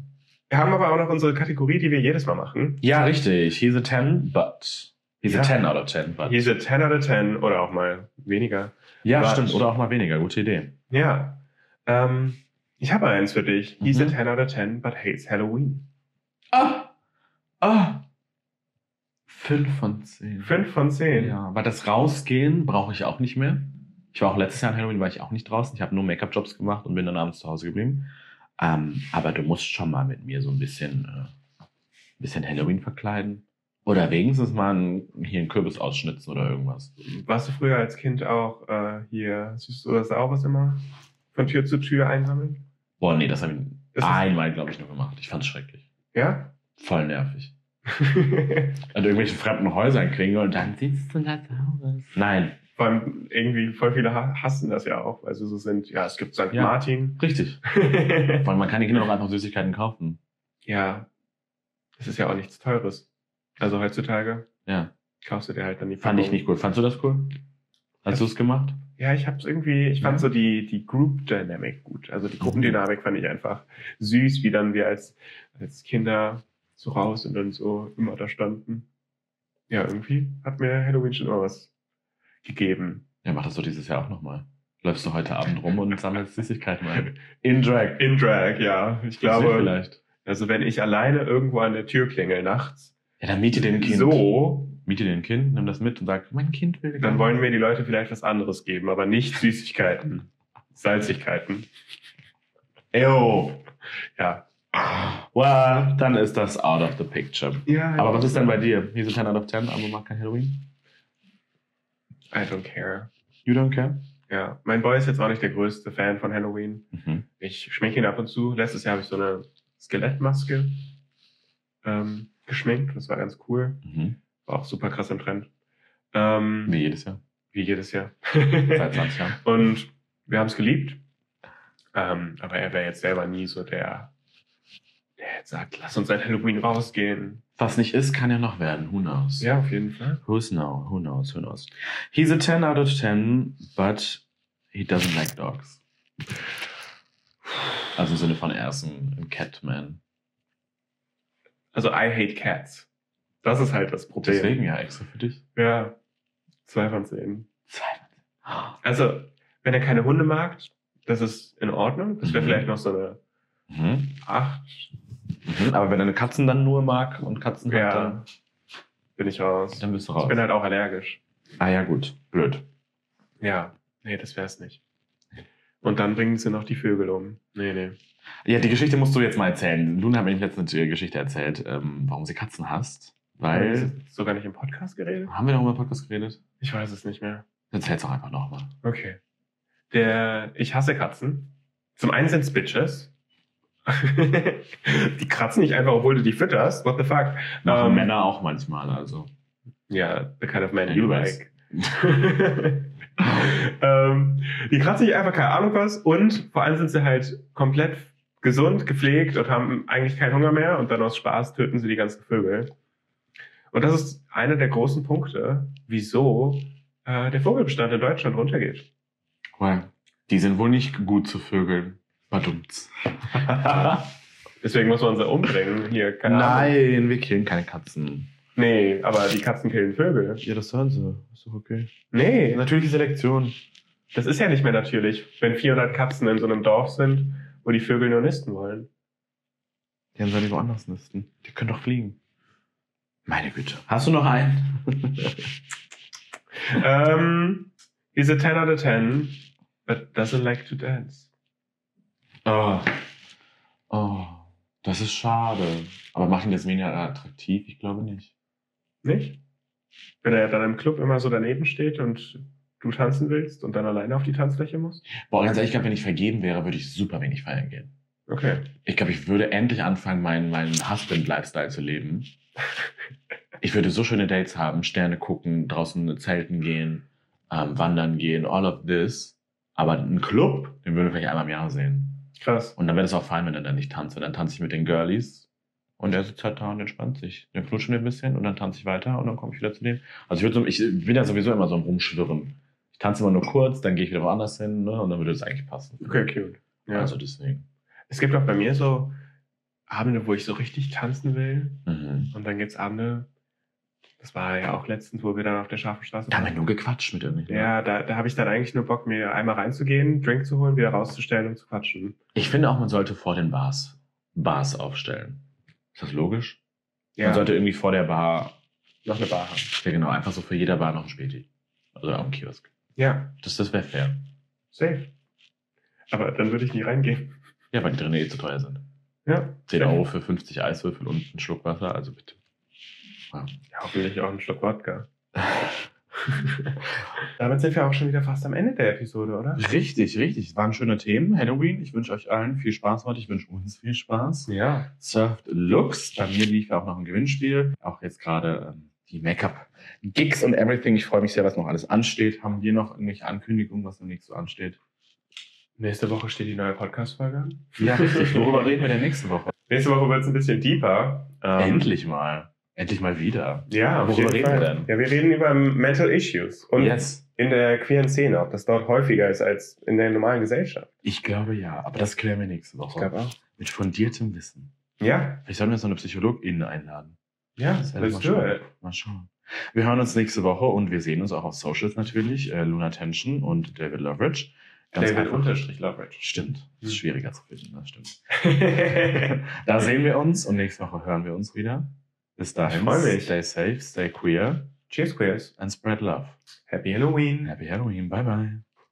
Speaker 2: Wir haben aber auch noch unsere Kategorie, die wir jedes Mal machen.
Speaker 1: Ja, richtig. He's a 10, but. He's
Speaker 2: Ja.
Speaker 1: a 10 out of 10, but.
Speaker 2: Diese 10 out of 10 oder auch mal weniger.
Speaker 1: ja,
Speaker 2: but.
Speaker 1: stimmt. Oder auch mal weniger. Gute Idee.
Speaker 2: Ja. Ähm, ich habe eins für dich. He's
Speaker 1: Mhm.
Speaker 2: a 10 out of 10, but hates Halloween.
Speaker 1: Ah! Ah! 5 von 10.
Speaker 2: 5 von 10.
Speaker 1: Ja, aber das Rausgehen brauche ich auch nicht mehr. Ich war auch letztes Jahr an Halloween, war ich auch nicht draußen. Ich habe nur Make-up-Jobs gemacht und bin dann abends zu Hause geblieben. Ähm, aber du musst schon mal mit mir so ein bisschen, äh, bisschen Halloween verkleiden. Oder wenigstens mal einen, hier einen Kürbis ausschnitzen oder irgendwas.
Speaker 2: Warst du früher als Kind auch äh, hier süß oder saures immer von Tür zu Tür einsammeln?
Speaker 1: Boah, nee, das habe ich
Speaker 2: Das ist-
Speaker 1: einmal, glaube ich, nur gemacht. Ich fand's schrecklich.
Speaker 2: Ja? [laughs]
Speaker 1: Voll nervig. An irgendwelchen fremden Häusern kriegen und dann sitzt du da draußen. Nein,
Speaker 2: Vor allem irgendwie voll viele ha- hassen das ja auch, weil sie so sind, ja, es gibt St.
Speaker 1: Ja.
Speaker 2: Martin. [laughs]
Speaker 1: richtig. Weil man kann den Kindern auch einfach Süßigkeiten kaufen.
Speaker 2: ja, das ist ja auch nichts Teures. Also heutzutage
Speaker 1: Ja,
Speaker 2: kaufst du dir halt dann die
Speaker 1: fand ich
Speaker 2: Packung.
Speaker 1: nicht gut. Fandst du das cool? Hast du es gemacht?
Speaker 2: Ja, ich hab's irgendwie, ich fand
Speaker 1: Ja. Mhm.
Speaker 2: so die, die Group Dynamic gut. Also die Gruppendynamik fand ich einfach süß, wie dann wir als, als Kinder so raus und dann so immer da standen. Ja, irgendwie hat mir Halloween schon immer was gegeben.
Speaker 1: Ja, mach das doch dieses Jahr auch nochmal. Läufst du heute Abend rum und sammelst Süßigkeiten ein. In Drag.
Speaker 2: In Drag, ja. Ich
Speaker 1: Sehr
Speaker 2: glaube,
Speaker 1: vielleicht.
Speaker 2: also wenn ich alleine irgendwo an der Tür klingel nachts,
Speaker 1: Ja, dann miete den Kind.
Speaker 2: so,
Speaker 1: Miete den Kind, nimm das mit und sag, mein Kind will
Speaker 2: dann wollen mir die Leute vielleicht was anderes geben, aber nicht Süßigkeiten, Salzigkeiten.
Speaker 1: Ew.
Speaker 2: Ja.
Speaker 1: Well, dann ist das out of the picture.
Speaker 2: Ja,
Speaker 1: Aber was ist denn bei dir? Hier sind 10 out of 10, aber mag kein Halloween.
Speaker 2: I don't care.
Speaker 1: You don't care?
Speaker 2: Ja, mein Boy ist jetzt auch nicht der größte Fan von Halloween.
Speaker 1: Mhm.
Speaker 2: Ich schminke ihn ab und zu. Letztes Jahr habe ich so eine Skelettmaske ähm, geschminkt. Das war ganz cool.
Speaker 1: Mhm.
Speaker 2: War auch super krass im Trend. Ähm,
Speaker 1: Wie jedes Jahr.
Speaker 2: Wie jedes Jahr. [laughs]
Speaker 1: Seit 20 Jahren.
Speaker 2: und wir haben es geliebt. Ähm, aber er wäre jetzt selber nie so der, der jetzt sagt, lass uns ein Halloween rausgehen.
Speaker 1: Was nicht ist, kann ja noch werden. Who knows?
Speaker 2: Ja, auf jeden Fall.
Speaker 1: Who's now? Who knows? Who knows? He's a 10 out of 10, but he doesn't like dogs. Also im Sinne von er ist ein, ein Catman.
Speaker 2: Also I hate cats. Das ist halt das Problem.
Speaker 1: Deswegen ja extra für dich.
Speaker 2: Ja. Zwei von zehn.
Speaker 1: Zwei.
Speaker 2: Also, wenn er keine Hunde mag, das ist in Ordnung. Das wäre
Speaker 1: Mhm.
Speaker 2: vielleicht noch so eine
Speaker 1: Mhm.
Speaker 2: 8.
Speaker 1: Mhm. Aber wenn er eine Katzen dann nur mag und Katzen hat,
Speaker 2: Ja,
Speaker 1: dann,
Speaker 2: bin ich raus.
Speaker 1: dann bist du
Speaker 2: Ich
Speaker 1: raus.
Speaker 2: bin halt auch allergisch.
Speaker 1: Genau. ah ja, gut. Blöd.
Speaker 2: Ja, nee, das wär's nicht. Und dann bringen sie noch die Vögel um. Nee, nee.
Speaker 1: Ja, die Geschichte musst du jetzt mal erzählen. Luna hat mir letztens die Geschichte erzählt, ähm, warum sie Katzen hasst.
Speaker 2: Haben wir
Speaker 1: Weil.
Speaker 2: das sogar nicht im Podcast geredet?
Speaker 1: Haben wir noch über Podcast geredet?
Speaker 2: Ich weiß es nicht mehr.
Speaker 1: Erzähl's doch einfach nochmal.
Speaker 2: Okay. Der Ich hasse Katzen. Zum einen sind's Bitches. [laughs] die kratzen nicht einfach, obwohl du die fütterst. What the fuck?
Speaker 1: Machen
Speaker 2: Ähm,
Speaker 1: Männer auch manchmal, also.
Speaker 2: Ja, the kind of man you
Speaker 1: Anyways.
Speaker 2: like. [laughs] ähm, die kratzen sich einfach keine Ahnung was und vor allem sind sie halt komplett gesund, gepflegt und haben eigentlich keinen Hunger mehr und dann aus Spaß töten sie die ganzen Vögel. Und das ist einer der großen Punkte, wieso äh, der Vogelbestand in Deutschland runtergeht.
Speaker 1: Weil die sind wohl nicht gut zu Vögeln. [laughs] Badumts.
Speaker 2: Deswegen muss man sie umbringen hier. Keine Ahnung.
Speaker 1: Nein, wir killen keine Katzen.
Speaker 2: Nee, aber die Katzen killen Vögel.
Speaker 1: Ja, das hören sie. Ist doch okay.
Speaker 2: Nee.
Speaker 1: Natürliche Selektion.
Speaker 2: Das ist ja nicht mehr natürlich, wenn 400 Katzen in so einem Dorf sind, wo die Vögel nur nisten wollen.
Speaker 1: Die haben sollen die woanders nisten. Die können doch fliegen. Meine Güte. Hast du noch einen?
Speaker 2: Ähm, he's a 10 out of 10, but doesn't like to dance.
Speaker 1: Oh. oh. Das ist schade. Aber macht ihn das weniger attraktiv? Ich glaube nicht.
Speaker 2: Nicht? Wenn er dann im Club immer so daneben steht und du tanzen willst und dann alleine auf die Tanzfläche musst?
Speaker 1: Boah, ganz ehrlich, ich glaube, wenn ich vergeben wäre, würde ich super wenig feiern gehen.
Speaker 2: Okay.
Speaker 1: Ich glaube, ich würde endlich anfangen, meinen, meinen Husband-Lifestyle zu leben. Ich würde so schöne Dates haben, Sterne gucken, draußen zelten gehen, ähm, wandern gehen, all of this. Aber einen Club, den würden wir vielleicht einmal im Jahr sehen.
Speaker 2: Krass.
Speaker 1: Und dann wäre es auch fein, wenn er dann nicht tanzt. Und dann tanze ich mit den Girlies. Und er sitzt halt da und entspannt sich. Dann knutschen wir ein bisschen und dann tanze ich weiter und dann komme ich wieder zu dem. Also ich, würd so, ich bin ja sowieso immer so im Rumschwirren. Ich tanze immer nur kurz, dann gehe ich wieder woanders hin ne? und dann würde es eigentlich passen.
Speaker 2: Okay, cute. Ja.
Speaker 1: Also deswegen.
Speaker 2: es gibt auch bei mir so Abende, wo ich so richtig tanzen will.
Speaker 1: Mhm.
Speaker 2: Und dann gibt's Abende, das war ja auch letztens, wo wir dann auf der scharfen Straße
Speaker 1: Da haben wir nur gequatscht mit irgendwelchen.
Speaker 2: Ja, da, da habe ich dann eigentlich nur Bock, mir einmal reinzugehen, Drink zu holen, wieder rauszustellen und zu quatschen.
Speaker 1: Ich finde auch, man sollte vor den Bars Bars aufstellen. Ist das logisch? Man sollte irgendwie vor der Bar,
Speaker 2: noch eine Bar haben.
Speaker 1: ja genau, einfach so vor jeder Bar noch ein Späti. Also auch ein Kiosk.
Speaker 2: Ja,
Speaker 1: Das, das wäre fair.
Speaker 2: safe. Aber dann würde ich nie reingehen.
Speaker 1: Ja, weil die drinnen eh zu teuer sind.
Speaker 2: Ja.
Speaker 1: 10 Euro für 50 Eiswürfel und einen Schluck Wasser, also bitte.
Speaker 2: Ja, hoffentlich auch einen Schluck Wodka. [laughs] Damit sind wir auch schon wieder fast am Ende der Episode, oder?
Speaker 1: Richtig, richtig. Waren schöne Themen. Halloween. Ich wünsche euch allen viel Spaß heute. Ich wünsche uns viel Spaß.
Speaker 2: Ja.
Speaker 1: Surft Looks. Bei mir lief auch noch ein Gewinnspiel. Auch jetzt gerade ähm, die Make-up-Gigs und everything. Ich freue mich sehr, was noch alles ansteht. Haben wir noch irgendwelche Ankündigungen, was demnächst so ansteht?
Speaker 2: Nächste Woche steht die neue Podcast-Folge. an.
Speaker 1: Ja, richtig. Worüber reden wir denn nächste Woche?
Speaker 2: Nächste Woche wird es ein bisschen deeper. Ähm,
Speaker 1: Endlich mal. Endlich mal wieder.
Speaker 2: Ja, auf
Speaker 1: Worüber
Speaker 2: jeden
Speaker 1: reden wir
Speaker 2: Fall.
Speaker 1: denn?
Speaker 2: Ja, wir reden über Mental Issues. Und
Speaker 1: yes.
Speaker 2: in der queeren Szene, ob das dort häufiger ist als in der normalen Gesellschaft.
Speaker 1: Ich glaube ja, aber das klären wir nächste Woche.
Speaker 2: auch.
Speaker 1: Mit fundiertem Wissen.
Speaker 2: Ja,
Speaker 1: Vielleicht sollten wir uns noch eine Psychologin einladen.
Speaker 2: ja,
Speaker 1: Das wäre
Speaker 2: let's
Speaker 1: mal
Speaker 2: do
Speaker 1: schauen.
Speaker 2: it.
Speaker 1: Mal schauen. Wir hören uns nächste Woche und wir sehen uns auch auf Socials natürlich. Äh, Luna Tension und David Loveridge. einfach.
Speaker 2: Loverage.
Speaker 1: Stimmt. Das ist
Speaker 2: Hm.
Speaker 1: schwieriger zu finden, das stimmt. da sehen wir uns und nächste Woche hören wir uns wieder. Bis dahin.
Speaker 2: Ich freu mich.
Speaker 1: Stay safe, stay queer
Speaker 2: [laughs] Cheers, Queers.
Speaker 1: and spread love.
Speaker 2: Happy Halloween.
Speaker 1: Happy Halloween. Bye bye.